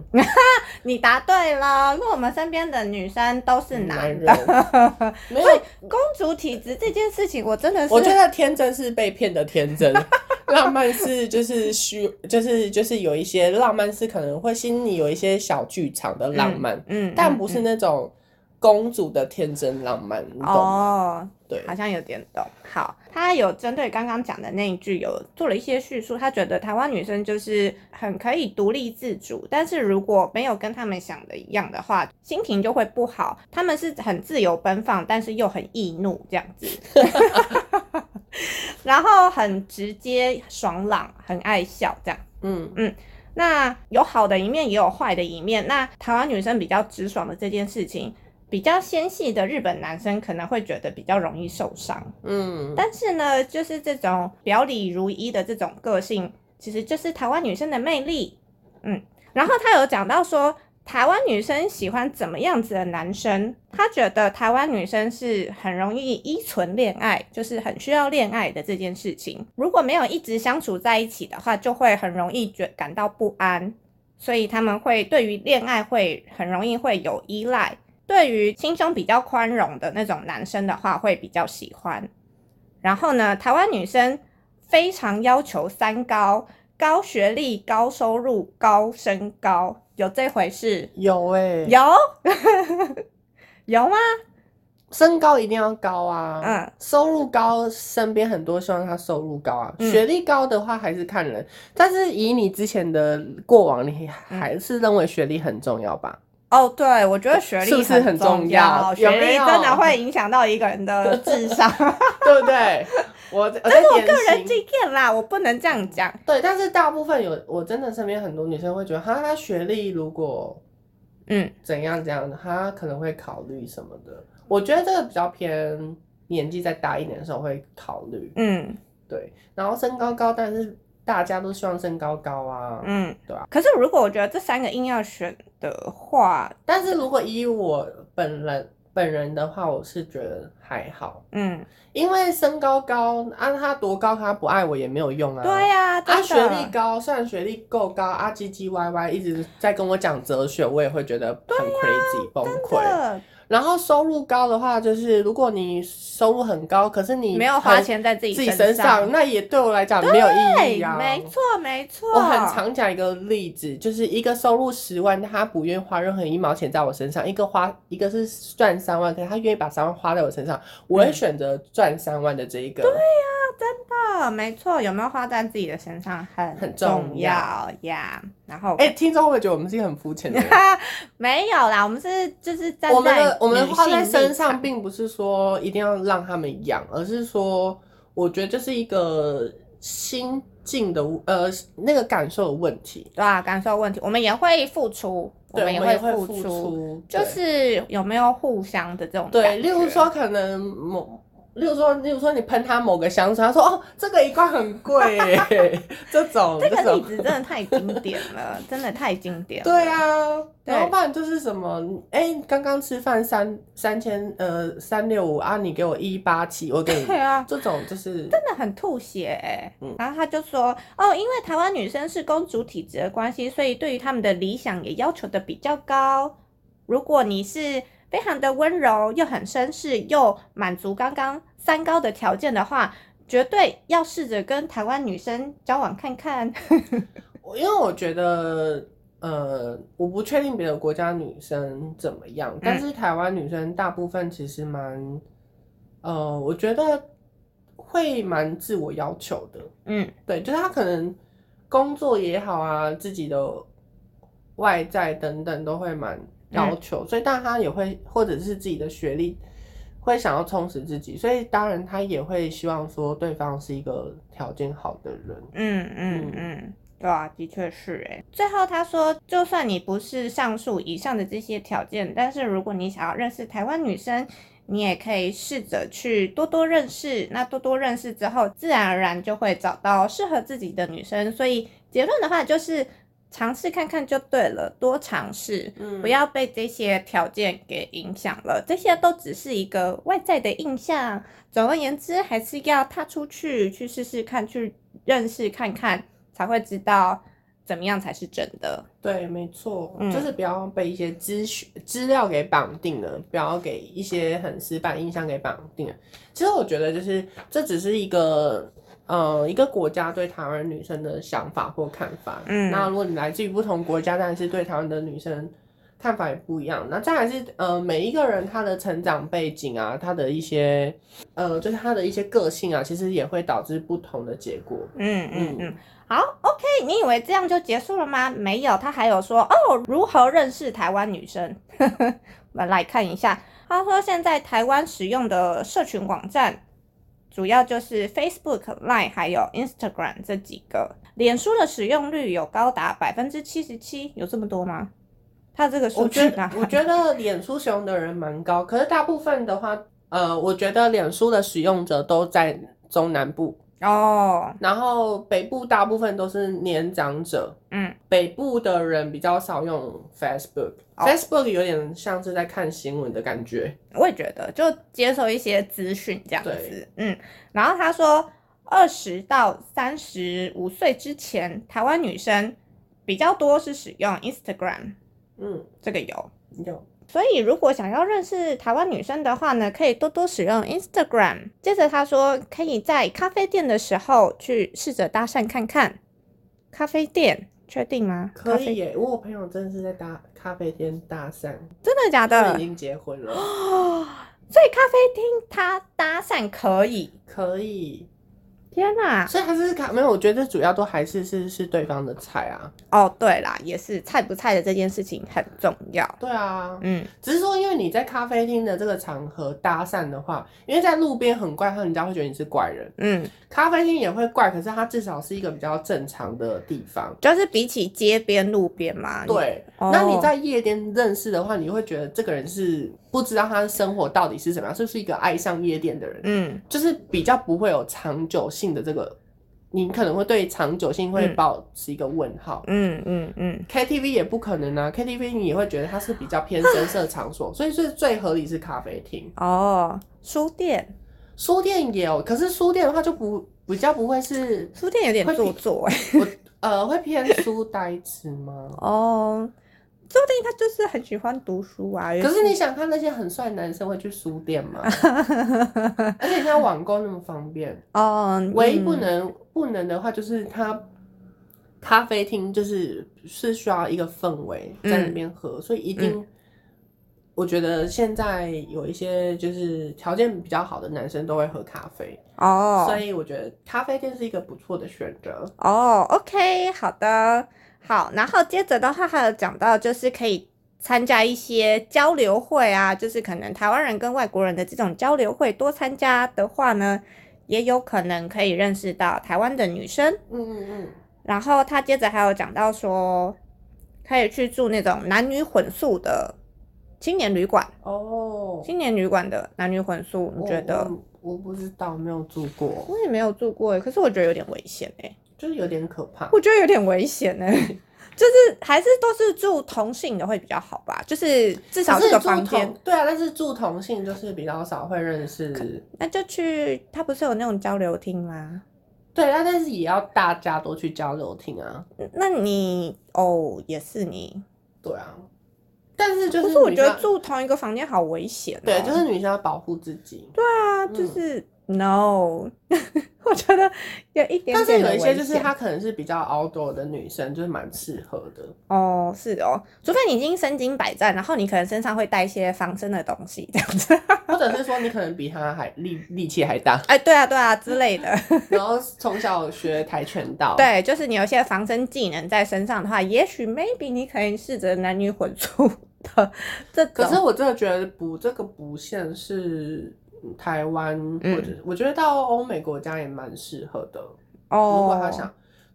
[SPEAKER 1] 你答对了，因为我们身边的女生都是男
[SPEAKER 2] 嗯男
[SPEAKER 1] 的，
[SPEAKER 2] 人 *laughs* 没有
[SPEAKER 1] 所，以 *laughs* 公主体质这件事情，我真的是，
[SPEAKER 2] 我觉得天真是被骗的天真。 *laughs* 浪漫是就是虚，就是就是有一些浪漫是可能会心里有一些小剧场的浪漫，
[SPEAKER 1] 嗯，嗯，
[SPEAKER 2] 但不是
[SPEAKER 1] 嗯
[SPEAKER 2] 那种公主的天真浪漫，你懂吗？
[SPEAKER 1] 哦，
[SPEAKER 2] 对，
[SPEAKER 1] 好像有点懂。好，他有针对刚刚讲的那一句有做了一些叙述，他觉得台湾女生就是很可以独立自主，但是如果没有跟他们想的一样的话，心情就会不好。他们是很自由奔放，但是又很易怒这样子， *laughs* 然后很直接、爽朗，很爱笑这样。
[SPEAKER 2] 嗯，
[SPEAKER 1] 那有好的一面，也有坏的一面。那台湾女生比较直爽的这件事情，比较纤细的日本男生可能会觉得比较容易受伤。
[SPEAKER 2] 嗯，
[SPEAKER 1] 但是呢，就是这种表里如一的这种个性，其实就是台湾女生的魅力。嗯，然后他有讲到说，台湾女生喜欢怎么样子的男生？他觉得台湾女生是很容易依存恋爱，就是很需要恋爱的这件事情。如果没有一直相处在一起的话，就会很容易觉感到不安，所以他们会对于恋爱会很容易会有依赖。对于心胸比较宽容的那种男生的话，会比较喜欢。然后呢，台湾女生非常要求三高：高学历、高收入、高身
[SPEAKER 2] 欸
[SPEAKER 1] 高，有这回事？ *laughs*
[SPEAKER 2] 有哎、
[SPEAKER 1] 有有吗？
[SPEAKER 2] 身高一定要高啊，
[SPEAKER 1] 嗯，
[SPEAKER 2] 收入高，身边很多希望他收入高啊，
[SPEAKER 1] 嗯
[SPEAKER 2] 学历高的话还是看人，但是以你之前的过往，你还
[SPEAKER 1] 嗯
[SPEAKER 2] 是认为学历很重要吧？
[SPEAKER 1] 哦，对，我觉得学
[SPEAKER 2] 是
[SPEAKER 1] 历
[SPEAKER 2] 不是很重要
[SPEAKER 1] 要，学
[SPEAKER 2] 有没
[SPEAKER 1] 历
[SPEAKER 2] 有
[SPEAKER 1] 真的会影响到一个人的智
[SPEAKER 2] *laughs*
[SPEAKER 1] 商。
[SPEAKER 2] 对不对？我但
[SPEAKER 1] 但是我个人经验啦，我不能这样讲。
[SPEAKER 2] 对，但是大部分有我真的身边很多女生会觉得，哈，她学历如果
[SPEAKER 1] 嗯，
[SPEAKER 2] 怎样怎样的，她可能会考虑什么的。我觉得这个比较偏年纪再大一点的时候会考虑，
[SPEAKER 1] 嗯
[SPEAKER 2] 对。然后身高高，但是大家都希望身高高啊，
[SPEAKER 1] 嗯，
[SPEAKER 2] 对啊
[SPEAKER 1] 可是如果我觉得这三个硬要选的话，
[SPEAKER 2] 但是如果以我本人本人的话，我是觉得还好，
[SPEAKER 1] 嗯，
[SPEAKER 2] 因为身高高，按、啊、他多高，他不爱我也没有用啊。
[SPEAKER 1] 对呀、真
[SPEAKER 2] *laughs* 啊，
[SPEAKER 1] 的
[SPEAKER 2] 学历高，虽然学历够高，啊唧唧歪歪一直在跟我讲哲学，我也会觉得很 crazy、崩
[SPEAKER 1] 啊真
[SPEAKER 2] 溃。
[SPEAKER 1] 的
[SPEAKER 2] 然后收入高的话，就是如果你收入很高，可是你
[SPEAKER 1] 没有花
[SPEAKER 2] 很
[SPEAKER 1] 钱在自己
[SPEAKER 2] 自己身
[SPEAKER 1] 上
[SPEAKER 2] 上，。那也对我来讲没有意义
[SPEAKER 1] 对，
[SPEAKER 2] 啊。
[SPEAKER 1] 没错没错。
[SPEAKER 2] 我很常讲一个例子，就是一个收入十万，但他不愿意花任何一毛钱在我身上；一个花，一个是赚三万，可是他愿意把三万花在我身上，我
[SPEAKER 1] 嗯
[SPEAKER 2] 会选择赚三万的这一个。
[SPEAKER 1] 哦，没错，有没有花在自己的身上很
[SPEAKER 2] 很重
[SPEAKER 1] 重要呀。然后，
[SPEAKER 2] 哎、听众会不会觉得我们是一个很肤浅的人。
[SPEAKER 1] 没有啦，我们是就是站在
[SPEAKER 2] 我们的我们
[SPEAKER 1] 女
[SPEAKER 2] 花
[SPEAKER 1] 性
[SPEAKER 2] 在身
[SPEAKER 1] 立
[SPEAKER 2] 上，
[SPEAKER 1] 场，
[SPEAKER 2] 并不是说一定要让他们养，而是说，我觉得这是一个心境的呃那个感受的问题。
[SPEAKER 1] 对啊，感受问题，我们也会付出，
[SPEAKER 2] 对，
[SPEAKER 1] 们也
[SPEAKER 2] 我们也
[SPEAKER 1] 付
[SPEAKER 2] 付出，
[SPEAKER 1] 就
[SPEAKER 2] 对
[SPEAKER 1] 是有没有互相的这种
[SPEAKER 2] 对，
[SPEAKER 1] 感
[SPEAKER 2] 例如
[SPEAKER 1] 觉
[SPEAKER 2] 说可能某。例如说，例如说，你喷他某个香水，他说：“哦，这个一罐
[SPEAKER 1] *laughs*
[SPEAKER 2] 很贵耶。”这种，
[SPEAKER 1] 这
[SPEAKER 2] 这
[SPEAKER 1] 个例
[SPEAKER 2] 种
[SPEAKER 1] 子真的太经典了， *laughs* 真的太经典了。
[SPEAKER 2] 对，啊，
[SPEAKER 1] 对
[SPEAKER 2] 然后不然就是什么，哎、刚刚吃饭三三千，呃，三六五啊，你给我一八七，我
[SPEAKER 1] *laughs*
[SPEAKER 2] 给你
[SPEAKER 1] 对啊，
[SPEAKER 2] 这种就是
[SPEAKER 1] 真的很吐血、欸。然后他就说，哦，因为台湾女生是公主体质的关系，所以对于她们的理想也要求的比较高。如果你是非常的温柔又很绅士，又满足刚刚三高的条件的话，绝对要试着跟台湾女生交往看看。
[SPEAKER 2] 我因为我觉得，呃，我不确定别的国家女生怎么样，但是台湾女生大部分其实蛮，呃，我觉得会蛮自我要求的。
[SPEAKER 1] 嗯
[SPEAKER 2] 对，就是她可能工作也好啊，自己的外在等等都会蛮要求，所以但她也会或者是自己的学历。会想要充实自己，所以当然她也会希望说对方是一个条件好的人。
[SPEAKER 1] 嗯嗯嗯，对啊，的确是哎。最后他说，就算你不是上述以上的这些条件，但是如果你想要认识台湾女生，你也可以试着去多多认识。那多多认识之后，自然而然就会找到适合自己的女生。所以结论的话就是，尝试看看就对了，多尝试。
[SPEAKER 2] 嗯
[SPEAKER 1] 不要被这些条件给影响了，这些都只是一个外在的印象。总而言之，还是要踏出去，去试试看，去认识看看，才会知道怎么样才是真的。
[SPEAKER 2] 对，没错，
[SPEAKER 1] 嗯
[SPEAKER 2] 就是不要被一些资讯资料给绑定了，不要给一些很死板印象给绑定了。其实我觉得，就是这只是一个，呃，一个国家对台湾女生的想法或看法。
[SPEAKER 1] 嗯
[SPEAKER 2] 那如果你来自于不同国家，当然是对台湾的女生看法也不一样。那再来是，呃，每一个人他的成长背景啊，他的一些，呃，就是他的一些个性啊，其实也会导致不同的结果。
[SPEAKER 1] 嗯嗯
[SPEAKER 2] 嗯
[SPEAKER 1] 嗯，好，OK。你以为这样就结束了吗？没有，他还有说哦，如何认识台湾女生？ *laughs* 我们来看一下，他说现在台湾使用的社群网站主要就是 Facebook、Line 还有 Instagram 这几个。脸书的使用率有高达百分之七十七，有这么多吗？他这个数
[SPEAKER 2] 我
[SPEAKER 1] 据
[SPEAKER 2] 觉
[SPEAKER 1] 呢
[SPEAKER 2] 得？我觉得脸书使用的人蛮高，可是大部分的话，呃，我觉得脸书的使用者都在中南部，
[SPEAKER 1] *laughs* 哦，
[SPEAKER 2] 然后北部大部分都是年长者，
[SPEAKER 1] 嗯，
[SPEAKER 2] 北部的人比较少用 Facebook。
[SPEAKER 1] 哦
[SPEAKER 2] Facebook 有点像是在看新闻的感觉，
[SPEAKER 1] 我也觉得，就接受一些资讯这样子
[SPEAKER 2] 对。
[SPEAKER 1] 嗯，然后他说，二十到三十五岁之前，台湾女生比较多是使用 Instagram，
[SPEAKER 2] 嗯，
[SPEAKER 1] 这个有。
[SPEAKER 2] 有，
[SPEAKER 1] 所以，如果想要认识台湾女生的话呢，可以多多使用 Instagram。接着他说，可以在咖啡店的时候去试着搭讪看看。咖啡店，确定吗？
[SPEAKER 2] 可
[SPEAKER 1] 咖啡
[SPEAKER 2] 以耶。我有朋友真的是在搭咖啡店搭讪，
[SPEAKER 1] 真的假
[SPEAKER 2] 他们
[SPEAKER 1] 的
[SPEAKER 2] 已？经结婚了，
[SPEAKER 1] 所以咖啡厅他搭讪可以。
[SPEAKER 2] 可以。
[SPEAKER 1] 天哪、
[SPEAKER 2] 所以还是咖没有，我觉得主要都还是是是对方的菜啊。
[SPEAKER 1] 哦，对啦，也是菜不菜的这件事情很重要。
[SPEAKER 2] 对啊，
[SPEAKER 1] 嗯，
[SPEAKER 2] 只是说因为你在咖啡厅的这个场合搭讪的话，因为在路边很怪，人家会觉得你是怪人。
[SPEAKER 1] 嗯，
[SPEAKER 2] 咖啡厅也会怪，可是它至少是一个比较正常的地方。
[SPEAKER 1] 就是比起街边路边嘛，你，
[SPEAKER 2] 对，
[SPEAKER 1] 哦
[SPEAKER 2] 那你在夜店认识的话，你会觉得这个人是不知道他的生活到底是怎么样，是不是一个爱上夜店的人，
[SPEAKER 1] 嗯
[SPEAKER 2] 就是比较不会有长久性的这个，你可能会对长久性会
[SPEAKER 1] 嗯
[SPEAKER 2] 保持一个问号。
[SPEAKER 1] 嗯嗯嗯，
[SPEAKER 2] KTV 也不可能啊，KTV 你也会觉得它是比较偏深色场所，所以最最合理是咖啡厅、
[SPEAKER 1] 哦，书店，
[SPEAKER 2] 书店也有，可是书店的话就不比较不会是 *laughs*
[SPEAKER 1] 书店有点
[SPEAKER 2] 会比
[SPEAKER 1] 做作哎、
[SPEAKER 2] 我呃会偏书呆子 *laughs* 吗？
[SPEAKER 1] 哦，说不定他就是很喜欢读书啊。
[SPEAKER 2] 可是你想看那些很帅的男生会去书店吗？而且现在网购那么方 *laughs* 便，
[SPEAKER 1] 哦，
[SPEAKER 2] 唯一
[SPEAKER 1] 嗯
[SPEAKER 2] 不能、不能的话就是他咖啡厅就是是需要一个氛围在那边喝，所以一定、我觉得现在有一些就是条件比较好的男生都会喝咖啡，
[SPEAKER 1] 哦，
[SPEAKER 2] 所以我觉得咖啡店是一个不错的选择。
[SPEAKER 1] 哦，OK，好的，好。然后接着的话，还有讲到就是可以参加一些交流会啊，就是可能台湾人跟外国人的这种交流会，多参加的话呢，也有可能可以认识到台湾的女生。
[SPEAKER 2] 嗯嗯嗯，
[SPEAKER 1] 然后他接着还有讲到说，可以去住那种男女混宿的青年旅馆，
[SPEAKER 2] 哦，
[SPEAKER 1] 青年旅馆的男女混宿，你觉得？
[SPEAKER 2] 我我我不知道，没有住过，
[SPEAKER 1] 我也没有住过耶，欸可是我觉得有点危险哎。
[SPEAKER 2] 就是有点可怕。
[SPEAKER 1] 我觉得有点危险呢、 *laughs* 就是还是都是住同性的会比较好吧，就是至少
[SPEAKER 2] 可
[SPEAKER 1] 这
[SPEAKER 2] 是
[SPEAKER 1] 个
[SPEAKER 2] 住
[SPEAKER 1] 房间
[SPEAKER 2] 同，对啊，但是住同性就是比较少会认识，
[SPEAKER 1] 那就去，他不是有那种交流厅吗？
[SPEAKER 2] 对啊，但是也要大家都去交流厅啊，
[SPEAKER 1] 嗯那你哦也是你，
[SPEAKER 2] 对啊，但是就
[SPEAKER 1] 可
[SPEAKER 2] 是
[SPEAKER 1] 是我
[SPEAKER 2] 女
[SPEAKER 1] 觉
[SPEAKER 2] 生
[SPEAKER 1] 得住同一个房间好危险、哦。
[SPEAKER 2] 对，就是女嗯生要保护自己，
[SPEAKER 1] 啊，就是、no，我 *laughs* 觉得有一点
[SPEAKER 2] 但是
[SPEAKER 1] 点的
[SPEAKER 2] 有
[SPEAKER 1] 危险。
[SPEAKER 2] 一些就是她可能是比较 outdoor 的女生，就是蛮适合的，
[SPEAKER 1] 哦是哦，除非你已经身经百战，然后你可能身上会带一些防身的东西这样子。，
[SPEAKER 2] 或者是说你可能比她还力力气还大 *laughs*
[SPEAKER 1] 哎，对啊对啊之类的。
[SPEAKER 2] 然后从小学跆拳道，，
[SPEAKER 1] 对，就是你有一些防身技能在身上的话，也许 maybe 你可以试着男女混宿 *laughs* 的这种。
[SPEAKER 2] 可是我真的觉得不，这个不限是。台湾
[SPEAKER 1] 嗯
[SPEAKER 2] 或者、我觉得到欧美国家也蛮适合的，如果
[SPEAKER 1] 哦，
[SPEAKER 2] 他想，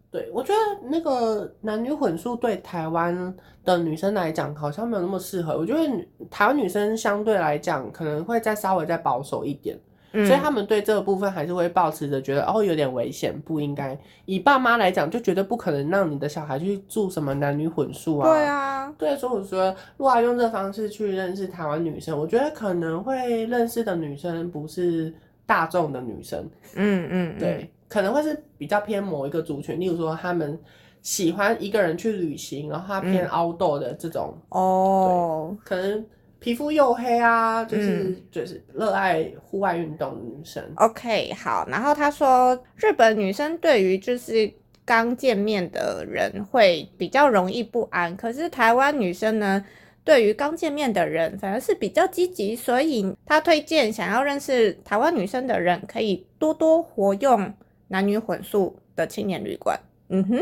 [SPEAKER 2] 对我觉得那个男女混宿对台湾的女生来讲好像没有那么适合。我觉得女台湾女生相对来讲可能会再稍微再保守一点，
[SPEAKER 1] 嗯，
[SPEAKER 2] 所以他们对这个部分还是会保持着觉得哦有点危险，不应该。以爸妈来讲，就绝对不可能让你的小孩去住什么男女混宿啊。
[SPEAKER 1] 对。啊，
[SPEAKER 2] 对，所以我觉得，如果要用这方式去认识台湾女生，我觉得可能会认识的女生不是大众的女生，
[SPEAKER 1] 嗯嗯，
[SPEAKER 2] 对，可能会是比较偏某一个族群，例如说他们喜欢一个人去旅行，然后他偏
[SPEAKER 1] 嗯
[SPEAKER 2] outdoor 的这种，
[SPEAKER 1] 嗯，哦，
[SPEAKER 2] 可能皮肤黝黑啊，就是、
[SPEAKER 1] 嗯
[SPEAKER 2] 就是热爱户外运动的女生。
[SPEAKER 1] OK，好。然后他说，日本女生对于就是刚见面的人会比较容易不安，可是台湾女生呢，对于刚见面的人反而是比较积极，所以他推荐想要认识台湾女生的人，可以多多活用男女混宿的青年旅馆。嗯哼。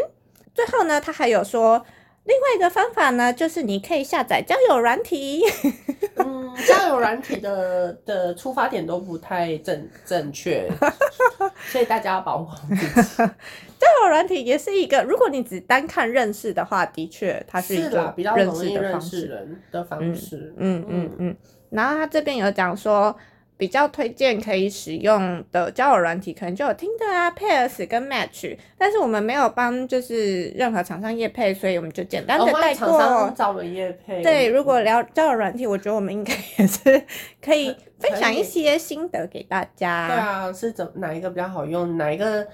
[SPEAKER 1] 最后呢，他还有说。另外一个方法呢，就是你可以下载交友软体。
[SPEAKER 2] 嗯，交友软体的的出发点都不太正
[SPEAKER 1] *laughs*
[SPEAKER 2] 正确，所以大家要保护好自己。
[SPEAKER 1] 交友软体也是一个，如果你只单看认识的话，的确它是一
[SPEAKER 2] 是
[SPEAKER 1] 个
[SPEAKER 2] 啦，比较
[SPEAKER 1] 认
[SPEAKER 2] 容
[SPEAKER 1] 识
[SPEAKER 2] 易
[SPEAKER 1] 的
[SPEAKER 2] 认
[SPEAKER 1] 方
[SPEAKER 2] 识
[SPEAKER 1] 式。
[SPEAKER 2] 人的方
[SPEAKER 1] 嗯
[SPEAKER 2] 式。
[SPEAKER 1] 嗯嗯嗯。然后他这边有讲说，比较推荐可以使用的交友软体，可能就有 Tinder 啊、Pairs 跟 Match，但是我们没有帮就是任何厂商业配，所以我们就简单
[SPEAKER 2] 哦
[SPEAKER 1] 的
[SPEAKER 2] 万
[SPEAKER 1] 带
[SPEAKER 2] 一厂商
[SPEAKER 1] 过。
[SPEAKER 2] 找我们业配，
[SPEAKER 1] 对，如果
[SPEAKER 2] 嗯
[SPEAKER 1] 聊交友软体，我觉得我们应该也是 *laughs* 可以
[SPEAKER 2] 可
[SPEAKER 1] 分享一
[SPEAKER 2] 以
[SPEAKER 1] 些心得给大家。
[SPEAKER 2] 对啊，是怎哪一个比较好用？哪一个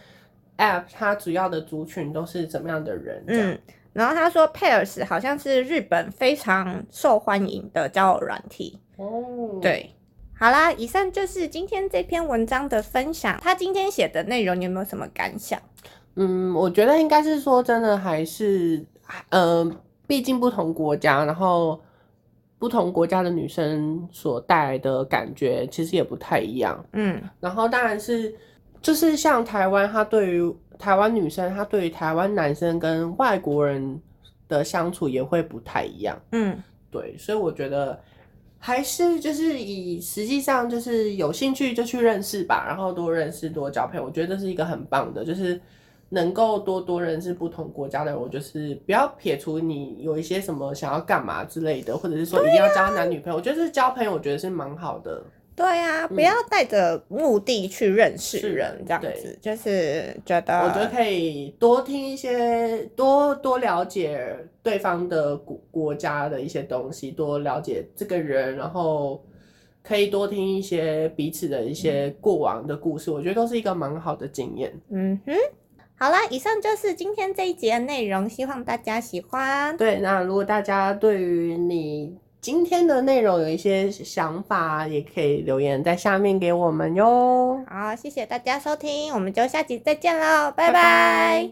[SPEAKER 2] app 它主要的族群都是怎么样的人？这样
[SPEAKER 1] 嗯，然后他说 Pairs 好像是日本非常受欢迎的交友软体。
[SPEAKER 2] 哦，，
[SPEAKER 1] 对，好啦，以上就是今天这篇文章的分享。他今天写的内容，你有没有什么感想？
[SPEAKER 2] 嗯，我觉得应该呃是说真的还是，嗯、毕竟不同国家，然后不同国家的女生所带来的感觉其实也不太一样。
[SPEAKER 1] 嗯
[SPEAKER 2] 然后当然是就是像台湾，她对于台湾女生，她对于台湾男生跟外国人的相处也会不太一样。
[SPEAKER 1] 嗯，
[SPEAKER 2] 对，所以我觉得还是就是以实际上就是有兴趣就去认识吧，然后多认识多交朋友，我觉得这是一个很棒的，就是能够多多认识不同国家的人。我就是不要撇除你有一些什么想要干嘛之类的，或者是说一定要交男女朋友，我觉得这交朋友我觉得是蛮好的。
[SPEAKER 1] 对呀、不要带着目的去认识
[SPEAKER 2] 嗯是
[SPEAKER 1] 人，这样
[SPEAKER 2] 对
[SPEAKER 1] 子就是觉得
[SPEAKER 2] 我觉得可以多听一些，多多了解对方的国国家的一些东西，多了解这个人，然后可以多听一些彼此的一些过往的故事，我觉得都是一个蛮好的经验。
[SPEAKER 1] 嗯哼。好啦，以上就是今天这一集的内容，希望大家喜欢。
[SPEAKER 2] 对，那如果大家对于你今天的内容有一些想法，也可以留言在下面给我们哟。
[SPEAKER 1] 好，谢谢大家收听，我们就下集再见喽，拜拜。
[SPEAKER 2] 拜拜